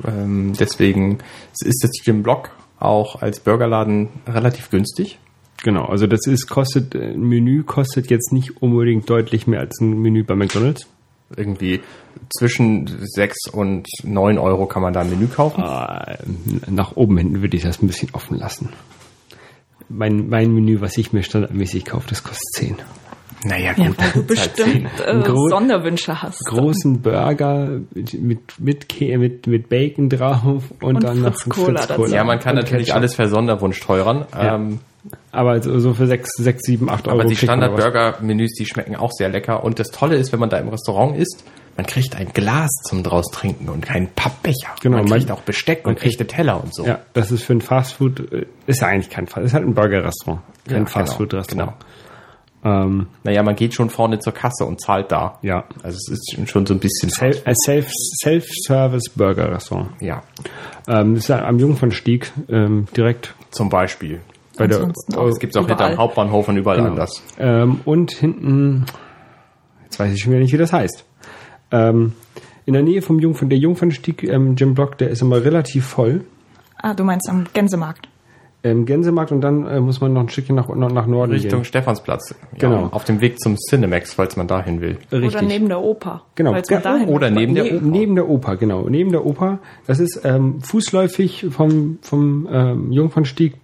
Speaker 3: ähm, deswegen ist das Jim Block auch als Burgerladen relativ günstig.
Speaker 2: Genau, also das ist, kostet, äh, ein Menü kostet jetzt nicht unbedingt deutlich mehr als ein Menü bei McDonalds.
Speaker 3: Irgendwie zwischen 6 und 9 Euro kann man da ein Menü kaufen.
Speaker 2: Äh, nach oben hinten würde ich das ein bisschen offen lassen. Mein, mein Menü, was ich mir standardmäßig kaufe, das kostet 10.
Speaker 3: Naja,
Speaker 1: Ja,
Speaker 3: gut.
Speaker 1: weil du
Speaker 3: Zeit sehen.
Speaker 1: bestimmt äh,
Speaker 2: Gro-
Speaker 1: Sonderwünsche hast.
Speaker 2: großen Burger mit, mit, mit, Kä- mit, mit Bacon drauf und,
Speaker 1: Und
Speaker 2: dann noch
Speaker 1: Fritz Cola dazu.
Speaker 3: Ja, man kann
Speaker 2: und
Speaker 3: natürlich
Speaker 2: Ketchup.
Speaker 3: alles per Sonderwunsch teuern.
Speaker 2: Ja.
Speaker 3: Ähm,
Speaker 2: Aber so, so für 6, 6 7, 8 Euro.
Speaker 3: aber die
Speaker 2: kriegt man was.
Speaker 3: Standard-Burger-Menüs, die schmecken auch sehr lecker. Und das Tolle ist, wenn man da im Restaurant isst, man kriegt ein Glas zum draus trinken und keinen Pappbecher.
Speaker 2: Genau,
Speaker 3: man
Speaker 2: man-
Speaker 3: kriegt auch Besteck und echte Teller und so.
Speaker 2: Ja, das ist für ein Fastfood, äh, ist ja eigentlich kein Fastfood, ist halt ein Burger-Restaurant,
Speaker 3: Ja,
Speaker 2: kein
Speaker 3: genau,
Speaker 2: Fastfood-Restaurant. Ähm,
Speaker 3: Naja, man geht schon vorne zur Kasse und zahlt da.
Speaker 2: Ja.
Speaker 3: Also es ist schon so ein bisschen...
Speaker 2: Self- ein Self- Self-Service-Burger-Restaurant.
Speaker 3: ja,
Speaker 2: ähm, das ist am Jungfernstieg ähm, direkt
Speaker 3: zum Beispiel.
Speaker 2: bei der
Speaker 1: Ansonsten
Speaker 3: Aber oh, es gibt es auch hinterm
Speaker 1: überall.
Speaker 3: Hauptbahnhof und überall anders.
Speaker 2: Ähm, und hinten, jetzt weiß ich schon wieder nicht, wie das heißt. Ähm, in der Nähe vom Jungfern, der Jungfernstieg, ähm, Jim Block, der ist immer relativ voll.
Speaker 1: Ah, du meinst am Gänsemarkt.
Speaker 2: Ähm, Gänsemarkt und dann äh, muss man noch ein Stückchen nach, nach, nach Norden
Speaker 3: Richtung
Speaker 2: gehen.
Speaker 3: Stephansplatz.
Speaker 2: Genau.
Speaker 3: Auf dem Weg zum Cinemax, falls man dahin will.
Speaker 1: Oder neben der Oper.
Speaker 2: Genau.
Speaker 1: Falls man
Speaker 2: Ja,
Speaker 1: dahin
Speaker 3: Oder neben der
Speaker 2: Ne-
Speaker 3: Oper.
Speaker 2: Neben der Oper, genau. Neben der Oper. Das ist ähm, fußläufig vom, vom ähm, Jungfernstieg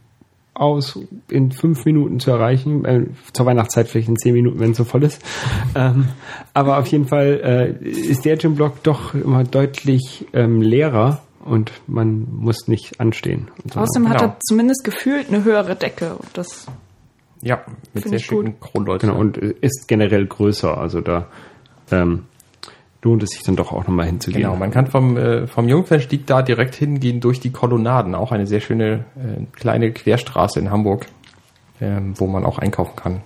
Speaker 2: aus in fünf Minuten zu erreichen. Äh, zur Weihnachtszeit vielleicht in zehn Minuten, wenn es so voll ist. ähm, aber auf jeden Fall äh, ist der Gymblock doch immer deutlich ähm, leerer und man muss nicht anstehen. Und so.
Speaker 1: Außerdem hat
Speaker 3: Genau.
Speaker 1: er zumindest gefühlt eine höhere Decke. Und das
Speaker 3: Ja, mit
Speaker 1: Find
Speaker 3: sehr
Speaker 1: ich gut.
Speaker 3: schicken Kronleuchten.
Speaker 2: Genau, und äh, ist generell größer. Also da ähm, lohnt es sich dann doch auch nochmal hinzugehen.
Speaker 3: Genau, man kann vom, äh, vom Jungfernstieg da direkt hingehen durch die Kolonnaden. Auch eine sehr schöne äh, kleine Querstraße in Hamburg, ähm, wo man auch einkaufen kann.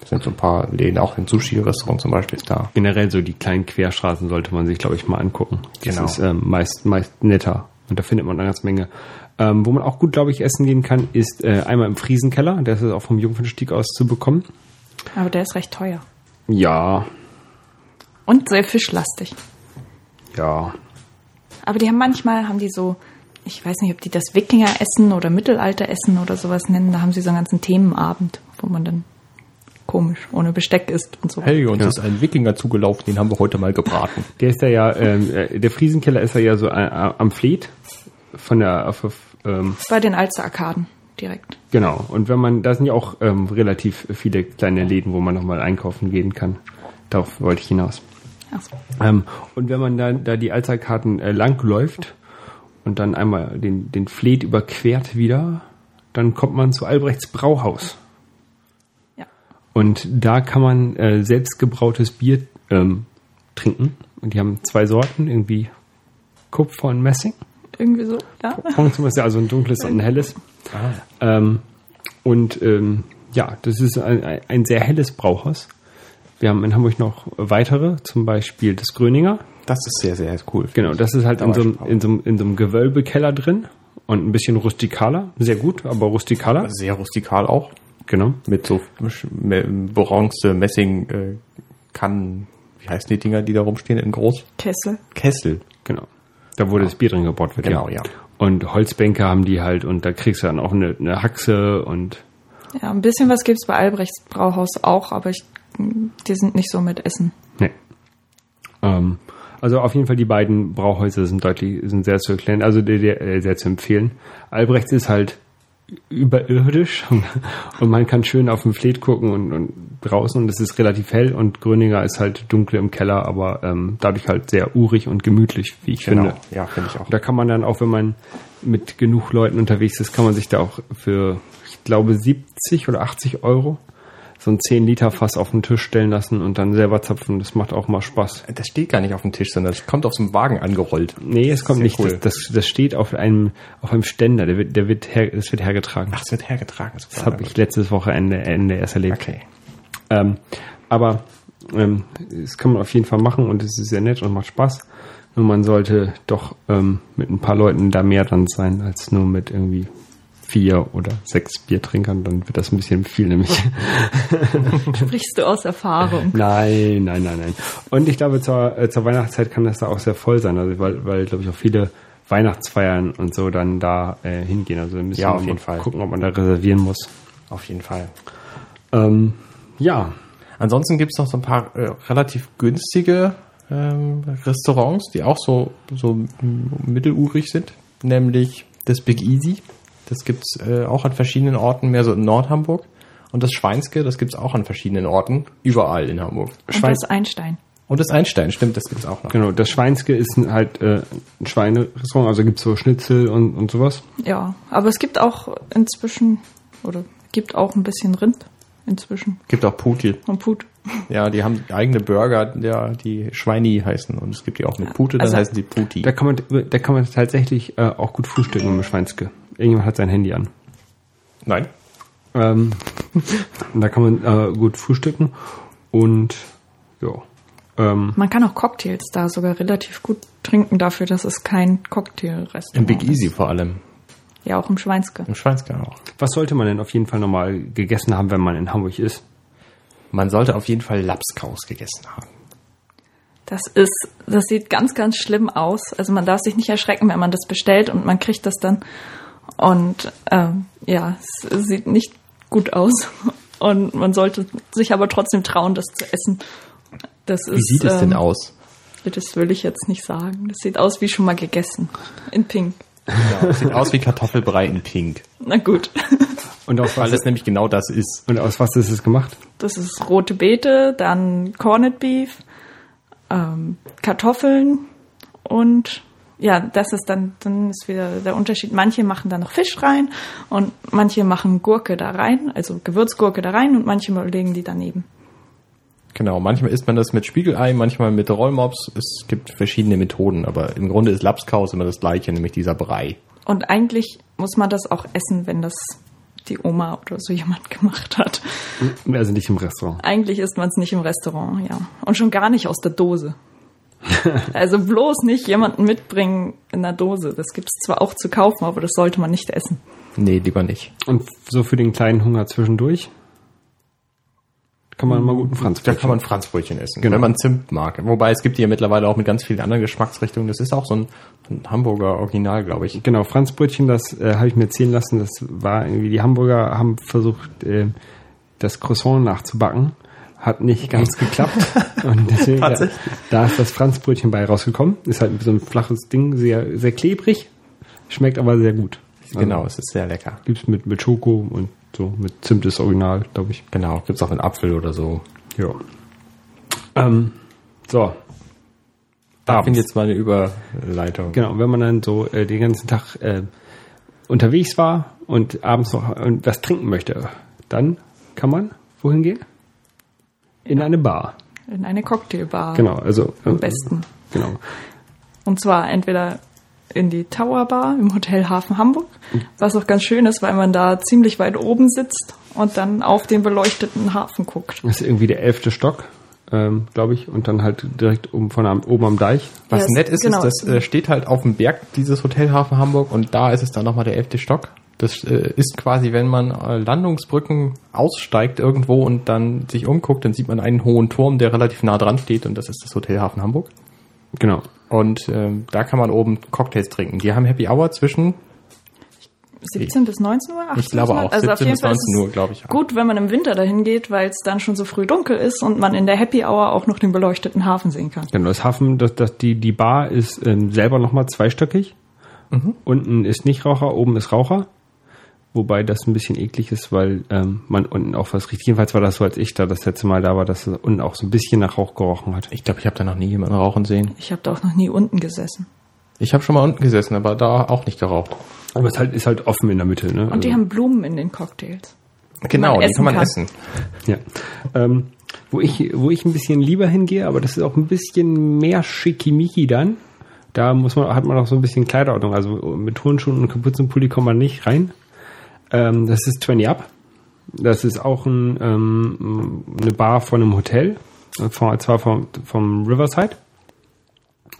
Speaker 3: Es sind so ein paar Läden, auch ein Sushi-Restaurant zum Beispiel ist da.
Speaker 2: generell so die kleinen Querstraßen sollte man sich, glaube ich, mal angucken. Das
Speaker 3: Genau.
Speaker 2: ist ähm, meist, meist netter. Und da findet man eine ganze Menge. Ähm, wo man auch gut, glaube ich, essen gehen kann, ist äh, einmal im Friesenkeller. Der ist also auch vom Jungfernstieg aus zu bekommen.
Speaker 1: Aber der ist recht teuer.
Speaker 2: Ja,
Speaker 1: Und sehr fischlastig.
Speaker 2: ja.
Speaker 1: Aber die haben manchmal, haben die so, ich weiß nicht, ob die das Wikinger-Essen oder Mittelalter-Essen oder sowas nennen. Da haben sie so einen ganzen Themenabend, wo man dann komisch ohne Besteck isst und so.
Speaker 3: Hey, uns ist ein Wikinger zugelaufen, den haben wir heute mal gebraten.
Speaker 2: Der ist da ja, ähm, äh, der Friesenkeller ist da ja so äh, am Fleet von der, auf- auf, ähm,
Speaker 1: Bei den Alster-Arkaden direkt.
Speaker 2: genau. Und wenn man, da sind ja auch ähm, relativ viele kleine Läden, wo man nochmal einkaufen gehen kann. Darauf wollte ich hinaus.
Speaker 1: Ach so.
Speaker 2: Ähm, und wenn man da, da die Allzeitkarten äh, langläuft und dann einmal den, den Fleet überquert wieder, dann kommt man zu Albrechts Brauhaus.
Speaker 1: Ja.
Speaker 2: Und da kann man äh, selbstgebrautes Bier ähm, trinken. Und die haben zwei Sorten, irgendwie Kupfer und Messing.
Speaker 1: Irgendwie so, ja.
Speaker 2: Braun zum Beispiel, also ein dunkles und ein helles. Ähm, und ähm, ja, das ist ein, ein- ein sehr helles Brauhaus. Wir haben in Hamburg noch weitere, zum Beispiel das Gröninger.
Speaker 3: Das ist sehr, sehr cool.
Speaker 2: Genau, das ist halt in so, einem, in, so einem, in so einem Gewölbekeller drin und ein bisschen rustikaler. Sehr gut, aber rustikaler.
Speaker 3: Sehr rustikal auch.
Speaker 2: Genau.
Speaker 3: Also Mit so Sch- Me- Bronze, Messing, äh, Kannen. Wie heißen die Dinger, die da rumstehen in groß?
Speaker 1: Kessel.
Speaker 3: Kessel.
Speaker 2: genau. Da wurde das Bier drin gebaut wird.
Speaker 3: Genau, ja.
Speaker 2: Und Holzbänke haben die halt und da kriegst du dann auch eine, eine Haxe und
Speaker 1: Ja, ein bisschen was gibt's bei Albrechts Brauhaus auch, aber ich, die sind nicht so mit Essen.
Speaker 2: Nee. Ähm, also auf jeden Fall die beiden Brauhäuser sind deutlich, sind sehr zu erklären, also der, der, äh, sehr zu empfehlen. Albrechts ist halt überirdisch und man kann schön auf den Fleet gucken und, und draußen und es ist relativ hell und Gröninger ist halt dunkel im Keller, aber ähm, dadurch halt sehr urig und gemütlich, wie ich
Speaker 3: Genau.
Speaker 2: finde.
Speaker 3: Ja, finde ich auch.
Speaker 2: Da kann man dann auch, wenn man mit genug Leuten unterwegs ist, kann man sich da auch für, ich glaube, 70 oder 80 Euro so ein 10-Liter-Fass auf den Tisch stellen lassen und dann selber zapfen. Das macht auch mal Spaß.
Speaker 3: Das steht gar nicht auf dem Tisch, sondern das kommt aus dem Wagen angerollt.
Speaker 2: Nee, es kommt
Speaker 3: Sehr
Speaker 2: nicht.
Speaker 3: cool.
Speaker 2: Das, das, das steht auf einem, auf einem Ständer. Der wird, der wird her, das wird hergetragen.
Speaker 3: Ach, es wird hergetragen.
Speaker 2: das habe ich letztes Wochenende äh, Ende erst erlebt.
Speaker 3: Okay.
Speaker 2: Ähm, aber ähm, das kann man auf jeden Fall machen und es ist sehr nett und macht Spaß. Nur man sollte doch ähm, mit ein paar Leuten da mehr dran sein, als nur mit irgendwie vier oder sechs Biertrinkern. Dann wird das ein bisschen viel nämlich.
Speaker 1: Sprichst du aus Erfahrung?
Speaker 2: nein, nein, nein, nein. Und ich glaube, zur, äh, zur Weihnachtszeit kann das da auch sehr voll sein, also weil, weil glaube ich, auch viele Weihnachtsfeiern und so dann da äh, hingehen. Also ein bisschen
Speaker 3: Ja, auf
Speaker 2: mal
Speaker 3: jeden Fall.
Speaker 2: gucken, ob man da reservieren muss.
Speaker 3: Auf jeden Fall.
Speaker 2: Ähm, ja,
Speaker 3: Ansonsten gibt es noch so ein paar äh, relativ günstige ähm, Restaurants, die auch so, so m- mittelurig sind, nämlich das Big Easy. Das gibt es äh, auch an verschiedenen Orten, mehr so in Nordhamburg. Und das Schweinske, das gibt's auch an verschiedenen Orten, überall in Hamburg.
Speaker 1: Und das Einstein.
Speaker 3: Und das Einstein, stimmt, das gibt's auch noch.
Speaker 2: Genau, das Schweinske ist ein- halt äh, ein Schweinerestaurant, also gibt's so Schnitzel und, und sowas.
Speaker 1: Ja, aber es gibt auch inzwischen, oder gibt auch ein bisschen Rind inzwischen
Speaker 3: Gibt auch Pudel.
Speaker 1: und Put.
Speaker 3: Ja, die haben eigene Burger, ja, die Schweini heißen. Und es gibt die auch mit Pute, dann
Speaker 1: Also-
Speaker 3: heißen die Puti.
Speaker 2: Da kann man, da kann man tatsächlich äh, auch gut frühstücken mit dem Schweinske. Irgendjemand hat sein Handy an.
Speaker 3: Nein.
Speaker 2: Ähm, und da kann man äh, gut frühstücken und ja. Ähm,
Speaker 1: Man kann auch Cocktails da sogar relativ gut trinken dafür, dass es kein Cocktailrestaurant
Speaker 3: Im Big
Speaker 1: ist.
Speaker 3: Easy vor allem.
Speaker 1: Ja, auch im Schweinske.
Speaker 3: Im Schweinske auch.
Speaker 2: was sollte man denn auf jeden Fall nochmal gegessen haben, wenn man in Hamburg ist?
Speaker 3: Man sollte auf jeden Fall Lapskaus gegessen haben.
Speaker 1: Das ist, das sieht ganz, ganz schlimm aus. Also man darf sich nicht erschrecken, wenn man das bestellt und man kriegt das dann. Und ähm, ja, es sieht nicht gut aus. Und man sollte sich aber trotzdem trauen, das zu essen. Das
Speaker 3: Wie
Speaker 1: ist,
Speaker 3: sieht es denn
Speaker 1: ähm,
Speaker 3: aus?
Speaker 1: Das will ich jetzt nicht sagen. Das sieht aus wie schon mal gegessen. In Pink.
Speaker 3: Genau, Sieht aus wie Kartoffelbrei in Pink.
Speaker 1: Na gut.
Speaker 2: Und aus
Speaker 3: Weil
Speaker 2: was,
Speaker 3: das nämlich genau das ist.
Speaker 2: und aus was ist es gemacht?
Speaker 1: Das ist rote Beete, dann Corned Beef, ähm, Kartoffeln und ja, das ist dann, dann ist wieder der Unterschied. Manche machen da noch Fisch rein und manche machen Gurke da rein, also Gewürzgurke da rein und manche legen die daneben.
Speaker 3: Genau, manchmal isst man das mit Spiegelei, manchmal mit Rollmops. Es gibt verschiedene Methoden, aber im Grunde ist Lapskaus immer das gleiche, nämlich dieser Brei.
Speaker 1: Und eigentlich muss man das auch essen, wenn das die Oma oder so jemand gemacht hat.
Speaker 2: Also nicht im Restaurant.
Speaker 1: Eigentlich isst man es nicht im Restaurant, ja. Und schon gar nicht aus der Dose. Also bloß nicht jemanden mitbringen in der Dose. Das gibt es zwar auch zu kaufen, aber das sollte man nicht essen.
Speaker 3: Nee, lieber nicht.
Speaker 2: Und so für den kleinen Hunger zwischendurch kann man mal guten Franz
Speaker 3: Da kann man Franzbrötchen essen,
Speaker 2: Genau.
Speaker 3: wenn man Zimt mag. Wobei es gibt die ja mittlerweile auch mit ganz vielen anderen Geschmacksrichtungen. Das ist auch so ein, ein Hamburger Original, glaube ich.
Speaker 2: Genau, Franzbrötchen, das äh, habe ich mir ziehen lassen. Das war irgendwie, die Hamburger haben versucht, äh, das Croissant nachzubacken. Hat nicht ganz geklappt. Und deswegen, da,
Speaker 3: Tatsächlich?
Speaker 2: da ist das Franzbrötchen bei rausgekommen. Ist halt so ein flaches Ding, sehr, sehr klebrig. Schmeckt aber sehr gut.
Speaker 3: Genau, es ist sehr lecker.
Speaker 2: Gibt es mit, mit Schoko und so, mit Zimt ist original, glaube ich.
Speaker 3: Genau, gibt's auch mit Apfel oder so.
Speaker 2: Ja. Ähm, so,
Speaker 3: Da
Speaker 2: Abends.
Speaker 3: finde ich jetzt mal eine Überleitung.
Speaker 2: Genau, wenn man dann so äh, den ganzen Tag äh, unterwegs war und abends noch äh, was trinken möchte, dann kann man wohin gehen? In eine Bar.
Speaker 1: In eine Cocktailbar.
Speaker 2: Genau, also äh,
Speaker 1: Am besten.
Speaker 2: Genau.
Speaker 1: Und zwar entweder in die Tower Bar im Hotel Hafen Hamburg, was auch ganz schön ist, weil man da ziemlich weit oben sitzt und dann auf den beleuchteten Hafen guckt.
Speaker 2: Das ist irgendwie der elfte Stock, ähm, glaube ich, und dann halt direkt oben, von am, oben am Deich.
Speaker 3: Was
Speaker 1: Ja, es-
Speaker 3: nett ist,
Speaker 1: genau.
Speaker 3: ist, das äh, steht halt auf dem Berg, dieses Hotel Hafen Hamburg, und da ist es dann nochmal der elfte Stock. Das äh, ist quasi, wenn man äh, Landungsbrücken aussteigt irgendwo und dann sich umguckt, dann sieht man einen hohen Turm, der relativ nah dran steht, und das ist das Hotel Hafen Hamburg.
Speaker 2: Genau.
Speaker 3: Und ähm, da kann man oben Cocktails trinken. Die haben Happy Hour zwischen,
Speaker 1: 17 bis 19 Uhr? 18
Speaker 3: ich glaube
Speaker 1: bis 19
Speaker 3: auch,
Speaker 1: Uhr? Also auf
Speaker 3: 17
Speaker 1: jeden
Speaker 3: bis
Speaker 1: Fall ist
Speaker 3: 19
Speaker 1: es
Speaker 3: Uhr, glaube ich.
Speaker 1: Gut, wenn man im Winter dahin geht, weil es dann schon so früh dunkel ist und man in der Happy Hour auch noch den beleuchteten Hafen sehen kann.
Speaker 2: Genau, das Hafen, das, das, die, die Bar ist ähm, selber nochmal zweistöckig. Mhm. Unten ist Nichtraucher, oben ist Raucher. Wobei das ein bisschen eklig ist, weil ähm, man unten auch was riecht. Jedenfalls war das so, als ich da das letzte Mal da war, dass es unten auch so ein bisschen nach Rauch gerochen hat.
Speaker 3: Ich glaube, ich habe da noch nie jemanden rauchen sehen.
Speaker 1: Ich habe da auch noch nie unten gesessen.
Speaker 3: Ich habe schon mal unten gesessen, aber da auch nicht geraucht.
Speaker 2: Aber es halt, ist halt offen in der Mitte. Ne?
Speaker 1: Und die
Speaker 2: Also-
Speaker 1: haben Blumen in den Cocktails.
Speaker 3: Genau,
Speaker 1: man
Speaker 3: die
Speaker 1: essen
Speaker 3: kann man
Speaker 1: kann.
Speaker 3: essen.
Speaker 2: Ja. Ähm, wo, ich, wo ich ein bisschen lieber hingehe, aber das ist auch ein bisschen mehr schickimicki dann. Da muss man, hat man auch so ein bisschen Kleiderordnung. Also mit Turnschuhen und Kapuzenpulli kommt man nicht rein. Ähm, das ist 20 Up. Das ist auch ein, ähm, eine Bar von einem Hotel. Und Zwar zwar vom, vom Riverside.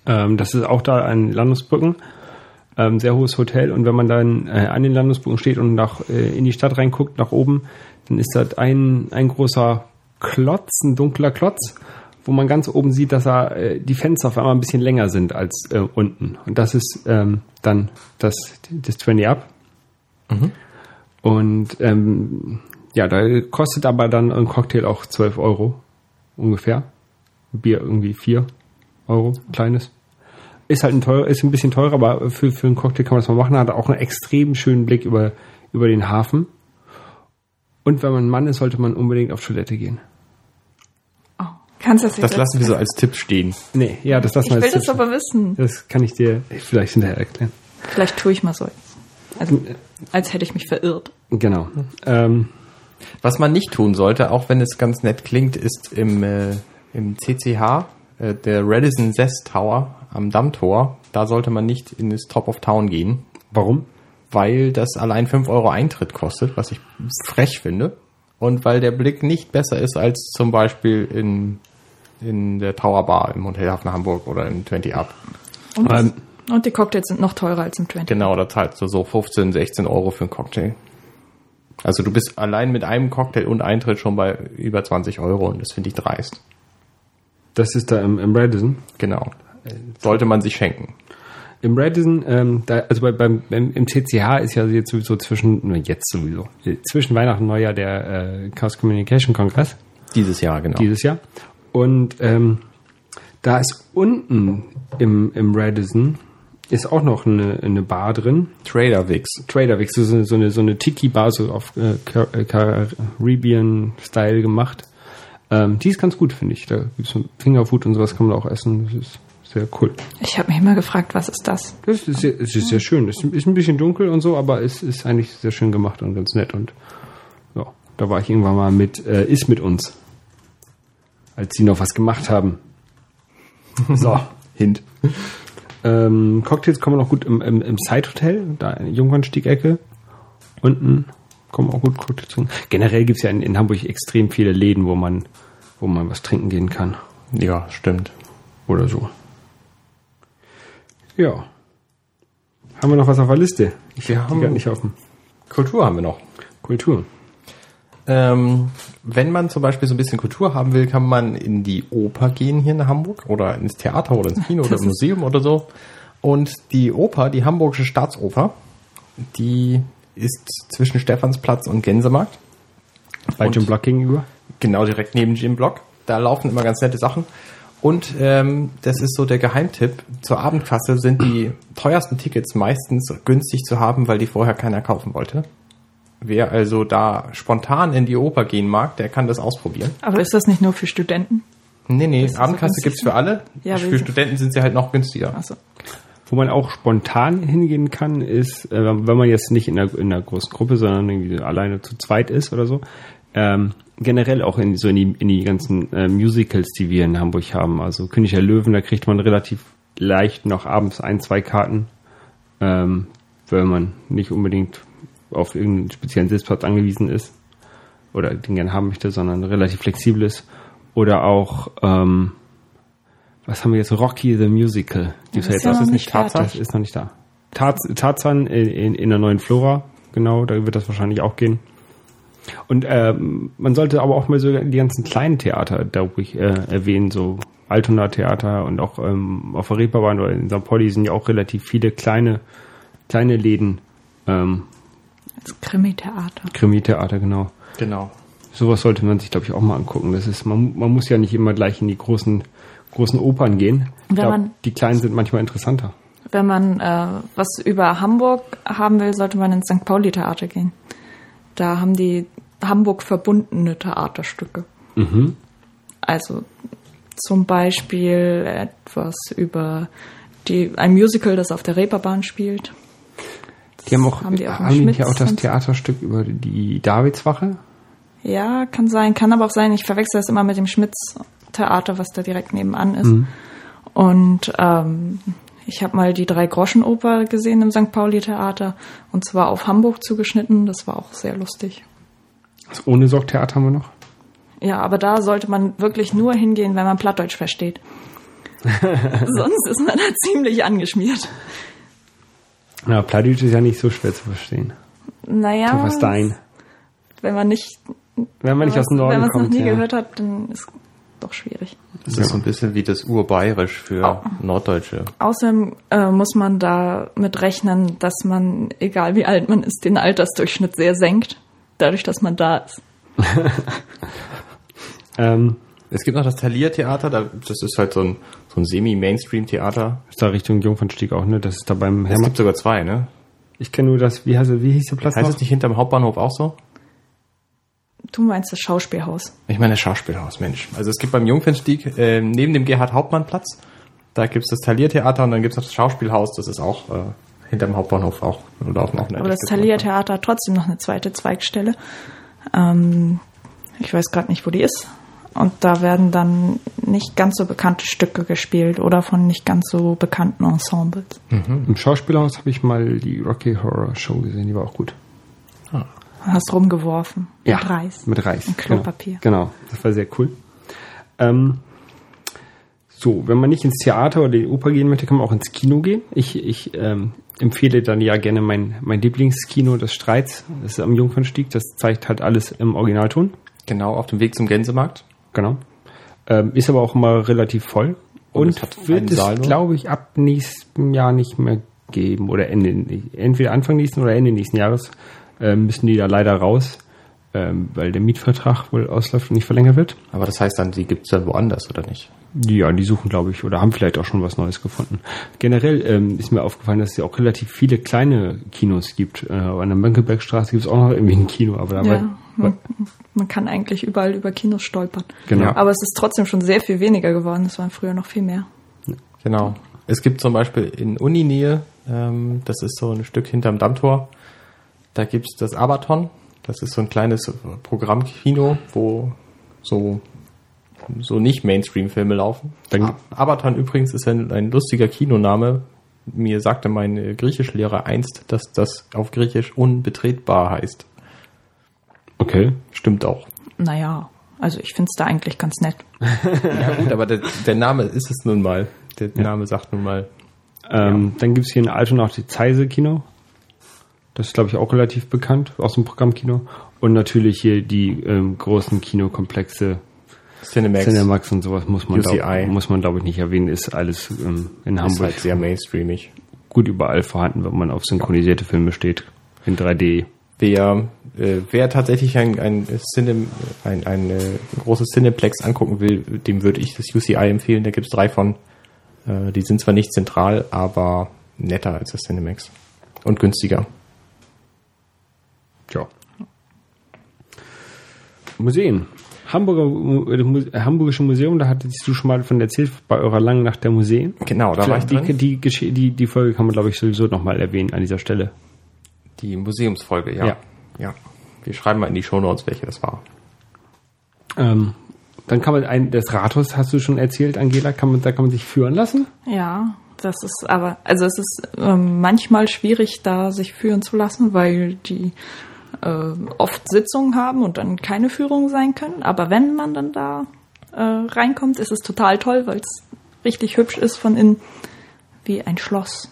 Speaker 2: Ähm, das ist auch da an Landesbrücken. Ähm, sehr hohes Hotel. Und wenn man dann äh, an den Landesbrücken steht und nach, äh, in die Stadt reinguckt, nach oben, dann ist das ein, ein großer Klotz, ein dunkler Klotz, wo man ganz oben sieht, dass er, äh, die Fenster auf einmal ein bisschen länger sind als äh, unten. Und das ist ähm, dann das, das 20 Up. Und ähm, ja, da kostet aber dann ein Cocktail auch 12 Euro ungefähr. Bier irgendwie 4 Euro, kleines. Ist halt ein teuer, ist ein bisschen teurer, aber für, für einen Cocktail kann man das mal machen. Hat auch einen extrem schönen Blick über, über den Hafen. Und wenn man Mann ist, sollte man unbedingt auf Toilette gehen.
Speaker 1: Oh, kannst du das jetzt?
Speaker 3: Das lassen wir so als Tipp stehen.
Speaker 2: Nee, ja, das lassen
Speaker 1: ich
Speaker 2: wir
Speaker 1: will
Speaker 2: jetzt.
Speaker 1: das aber wissen.
Speaker 2: Das kann ich dir vielleicht hinterher erklären.
Speaker 1: Vielleicht tue ich mal so. Also, als hätte ich mich verirrt.
Speaker 2: Genau. Ähm,
Speaker 3: Was man nicht tun sollte, auch wenn es ganz nett klingt, ist im, äh, im CCH, äh, der Radisson Zest Tower am Dammtor, da sollte man nicht in das Top of Town gehen,
Speaker 2: warum?
Speaker 3: weil das allein 5 Euro Eintritt kostet, was ich frech finde. Und weil der Blick nicht besser ist als zum Beispiel in, in der Tower Bar im Hotel Hafen Hamburg oder im 20 Up.
Speaker 1: Und, das-
Speaker 2: Ähm.
Speaker 1: und die Cocktails sind noch teurer als im 20.
Speaker 3: Genau, da zahlst du so 15, 16 Euro für einen Cocktail. Also du bist allein mit einem Cocktail und Eintritt schon bei über 20 Euro und das finde ich dreist.
Speaker 2: Das ist da im, im Radisson.
Speaker 3: Genau. Sollte man sich schenken.
Speaker 2: Im Radisson, ähm, da, also bei, beim, beim, im CCH ist ja jetzt sowieso zwischen, na, jetzt sowieso, äh, zwischen Weihnachten und Neujahr der äh, Chaos Communication Kongress
Speaker 3: Dieses Jahr, genau.
Speaker 2: dieses Jahr. Und ähm, da ist unten im, im Radisson ist auch noch eine, eine Bar drin.
Speaker 3: Trader Wix.
Speaker 2: Traderwix, so eine, so eine, so eine Tiki-Bar, so auf äh, Car- äh, Caribbean-Style gemacht. Ähm, die ist ganz gut, finde ich. Da gibt's so Fingerfood und sowas kann man auch essen. Das ist sehr cool.
Speaker 1: Ich habe mich immer gefragt, was ist das?
Speaker 2: Das ist sehr, es ist sehr schön. Es ist ein bisschen dunkel und so, aber es ist eigentlich sehr schön gemacht und ganz nett. Und ja, da war ich irgendwann mal mit, äh, ist mit uns. Als sie noch was gemacht haben. So.
Speaker 3: Hint.
Speaker 2: Ähm, Cocktails kommen auch gut im, im, im Side-Hotel, da in der Jungfernstieg-Ecke. Unten kommen auch gut Cocktails hin. Generell gibt's ja in, in Hamburg extrem viele Läden, wo man, wo man was trinken gehen kann.
Speaker 3: Ja, stimmt.
Speaker 2: Oder so. Ja. Haben wir noch was auf der Liste? Ich
Speaker 3: Wir
Speaker 2: hab die
Speaker 3: haben-
Speaker 2: gar nicht offen.
Speaker 3: Kultur haben wir noch.
Speaker 2: Kultur.
Speaker 3: Ähm, wenn man zum Beispiel so ein bisschen Kultur haben will, kann man in die Oper gehen hier in Hamburg oder ins Theater oder ins Kino oder
Speaker 1: Das
Speaker 3: im
Speaker 1: ist-
Speaker 3: Museum oder so. Und die Oper, die Hamburgische Staatsoper, die ist zwischen Stephansplatz und Gänsemarkt.
Speaker 2: Bei
Speaker 3: Und-
Speaker 2: Jim Block gegenüber.
Speaker 3: Genau direkt neben Jim Block. Da laufen immer ganz nette Sachen. Und ähm, das ist so der Geheimtipp. Zur Abendkasse sind die teuersten Tickets meistens günstig zu haben, weil die vorher keiner kaufen wollte. Wer also da spontan in die Oper gehen mag, der kann das ausprobieren.
Speaker 1: Aber ist das nicht nur für Studenten?
Speaker 3: Nee, nee,
Speaker 1: ist
Speaker 3: Abendkasse
Speaker 1: so günstig,
Speaker 3: gibt's für alle.
Speaker 1: Ja,
Speaker 3: für
Speaker 1: wir-
Speaker 3: Studenten sind sie halt noch günstiger.
Speaker 1: Also,
Speaker 2: Wo man auch spontan hingehen kann, ist, äh, wenn man jetzt nicht in einer, in einer großen Gruppe, sondern irgendwie alleine zu zweit ist oder so, ähm, generell auch in, so in die, in die ganzen äh, Musicals, die wir in Hamburg haben. Also König der Löwen, da kriegt man relativ leicht noch abends ein, zwei Karten, ähm, wenn man nicht unbedingt auf irgendeinen speziellen Sitzplatz angewiesen ist oder den gerne haben möchte, sondern relativ flexibel ist. Oder auch, ähm, was haben wir jetzt? Rocky the Musical. Gibt's
Speaker 1: das ist ja
Speaker 2: auch.
Speaker 1: noch nicht
Speaker 3: Tatsache?
Speaker 1: fertig.
Speaker 2: Das ist noch nicht da. Tarz, Tarzan in, in, in der neuen Flora, genau, da wird das wahrscheinlich auch gehen. Und ähm, man sollte aber auch mal so die ganzen kleinen Theater da ruhig äh, erwähnen, so Altona Theater und auch ähm, auf der Reeperbahn oder in St. Pauli sind ja auch relativ viele kleine, kleine Läden, ähm,
Speaker 1: als Krimi-Theater.
Speaker 2: Krimi-Theater, genau.
Speaker 3: Genau.
Speaker 2: Sowas sollte man sich, glaube ich, auch mal angucken. Das ist, man, man muss ja nicht immer gleich in die großen, großen Opern gehen. Ich
Speaker 1: Wenn
Speaker 2: glaub,
Speaker 1: man-
Speaker 2: die kleinen sind manchmal interessanter.
Speaker 1: Wenn man äh, was über Hamburg haben will, sollte man ins St. Pauli-Theater gehen. Da haben die Hamburg verbundene Theaterstücke. Also zum Beispiel etwas über die, ein Musical, das auf der Reeperbahn spielt.
Speaker 2: Die haben auch,
Speaker 1: haben die auch im
Speaker 2: haben die nicht
Speaker 1: Schmitz
Speaker 2: auch das
Speaker 1: und so?
Speaker 2: Theaterstück über die Davidswache?
Speaker 1: Ja, kann sein, kann aber auch sein. Ich verwechsel das immer mit dem Schmitz-Theater, was da direkt nebenan ist.
Speaker 2: Mhm.
Speaker 1: Und ähm, ich habe mal die Drei-Groschen-Oper gesehen im St. Pauli-Theater und zwar auf Hamburg zugeschnitten. Das war auch sehr lustig.
Speaker 2: Das ohne Sorgtheater haben wir noch.
Speaker 1: Ja, aber da sollte man wirklich nur hingehen, wenn man Plattdeutsch versteht. Sonst ist man da ziemlich angeschmiert.
Speaker 2: Na, Plattdeutsch ist ja nicht so schwer zu verstehen.
Speaker 1: Naja,
Speaker 2: Was dein?
Speaker 1: wenn man nicht,
Speaker 2: Wenn man nicht aus dem
Speaker 1: wenn
Speaker 2: Norden
Speaker 1: man's noch
Speaker 2: kommt.
Speaker 1: nie
Speaker 2: ja.
Speaker 1: gehört hat, dann ist doch schwierig.
Speaker 3: Das ist so ein bisschen wie das Urbayerisch für
Speaker 1: Oh.
Speaker 3: Norddeutsche.
Speaker 1: Außerdem äh, muss man da mit rechnen, dass man, egal wie alt man ist, den Altersdurchschnitt sehr senkt, dadurch, dass man da ist.
Speaker 2: Ähm,
Speaker 3: Es gibt noch das Thalia-Theater, da- das ist halt so ein, so ein Semi-Mainstream-Theater.
Speaker 2: ist da Richtung Jungfernstieg auch, ne? Das ist da beim
Speaker 3: Es
Speaker 2: Hermann.
Speaker 3: gibt sogar zwei, ne?
Speaker 2: Ich kenne nur das, wie heißt, wie hieß der Platz
Speaker 3: Heißt
Speaker 2: noch?
Speaker 3: es nicht hinterm Hauptbahnhof auch so?
Speaker 1: Du meinst das Schauspielhaus.
Speaker 3: Ich meine das Schauspielhaus, Mensch. Also es gibt beim Jungfernstieg äh, neben dem Gerhard-Hauptmann-Platz, da gibt es das Taliertheater und dann gibt es noch das Schauspielhaus, das ist auch äh, hinterm Hauptbahnhof auch. Oder auf dem Hauptbahnhof.
Speaker 1: Aber das Thalia-Theater hat trotzdem noch eine zweite Zweigstelle. Ähm, ich weiß gerade nicht, wo die ist. Und da werden dann nicht ganz so bekannte Stücke gespielt oder von nicht ganz so bekannten Ensembles.
Speaker 2: Im Schauspielhaus habe ich mal die Rocky Horror Show gesehen, die war auch gut.
Speaker 1: Du hast rumgeworfen. Mit Reis.
Speaker 2: Mit Reis.
Speaker 1: Und Klopapier.
Speaker 2: Genau. genau, das war sehr cool. Ähm, so, wenn man nicht ins Theater oder die Oper gehen möchte, kann man auch ins Kino gehen. Ich, ich ähm, empfehle dann ja gerne mein, mein Lieblingskino, das Streits. Das ist am Jungfernstieg, das zeigt halt alles im Originalton.
Speaker 3: Genau, auf dem Weg zum Gänsemarkt.
Speaker 2: Genau. Ähm, ist aber auch immer relativ voll. Und
Speaker 3: es hat einen
Speaker 2: wird
Speaker 3: Saal
Speaker 2: es,
Speaker 3: nur?
Speaker 2: glaube ich, ab nächstem Jahr nicht mehr geben. Oder Ende, entweder Anfang nächsten oder Ende nächsten Jahres ähm, müssen die da leider raus, ähm, weil der Mietvertrag wohl ausläuft und nicht verlängert wird.
Speaker 3: Aber das heißt dann, die gibt es dann woanders, oder nicht?
Speaker 2: Ja, die suchen, glaube ich, oder haben vielleicht auch schon was Neues gefunden. Generell ähm, ist mir aufgefallen, dass es ja auch relativ viele kleine Kinos gibt. Äh, an der Mönckebergstraße gibt es auch noch irgendwie ein Kino, aber da
Speaker 1: Ja,
Speaker 2: war- war,
Speaker 1: man, man kann eigentlich überall über Kinos stolpern.
Speaker 2: Genau.
Speaker 1: Aber es ist trotzdem schon sehr viel weniger geworden. Es waren früher noch viel mehr.
Speaker 3: Genau. Es gibt zum Beispiel in Uninähe, ähm, das ist so ein Stück hinterm Dammtor, da gibt's das Abaton. Das ist so ein kleines Programmkino, wo so, so nicht Mainstream-Filme laufen.
Speaker 2: Dann-
Speaker 3: Ab- Abaton übrigens ist ein, ein lustiger Kinoname. Mir sagte mein äh, Griechischlehrer einst, dass das auf Griechisch unbetretbar heißt.
Speaker 2: okay.
Speaker 3: Stimmt auch.
Speaker 1: Naja, also ich finde es da eigentlich ganz nett.
Speaker 3: Ja gut, aber der, der Name ist es nun mal. Der Name sagt nun mal.
Speaker 2: Ähm, Dann gibt es hier in Altona auch die Zeise Kino. Das ist, glaube ich, auch relativ bekannt aus dem Programmkino. Und natürlich hier die ähm, großen Kinokomplexe
Speaker 3: Cinemax
Speaker 2: Cinemax und sowas muss man,
Speaker 3: UCI.
Speaker 2: glaub, muss man glaube ich, nicht erwähnen. Ist alles ähm, in
Speaker 3: ist
Speaker 2: Hamburg
Speaker 3: halt sehr mainstreamig.
Speaker 2: gut überall vorhanden, wenn man auf synchronisierte Filme steht. In 3D.
Speaker 3: Wer, äh, wer tatsächlich ein, ein, Cine, ein, ein äh, großes Cineplex angucken will, dem würde ich das UCI empfehlen. Da gibt's drei von. Äh, die sind zwar nicht zentral, aber netter als das Cinemax. Und günstiger.
Speaker 2: Ja. Museen. Hamburger, Mu- äh, Mu- äh, Hamburgische Museum, da hattest du schon mal von erzählt, bei eurer langen Nacht der Museen.
Speaker 3: Genau, da war ich
Speaker 2: Vielleicht die,
Speaker 3: drin.
Speaker 2: die, Gesche- die, die Folge kann man, glaube ich, sowieso nochmal erwähnen an dieser Stelle.
Speaker 3: Die Museumsfolge,
Speaker 2: Ja.
Speaker 3: ja. ja. Wir schreiben mal in die Shownotes, welche das war.
Speaker 2: Ähm, dann kann man ein, das Rathaus hast du schon erzählt, Angela, kann man, da kann man sich führen lassen.
Speaker 1: Ja, das ist aber, also es ist ähm, manchmal schwierig, da sich führen zu lassen, weil die äh, oft Sitzungen haben und dann keine Führung sein können. Aber wenn man dann da äh, reinkommt, ist es total toll, weil es richtig hübsch ist von innen, wie ein Schloss.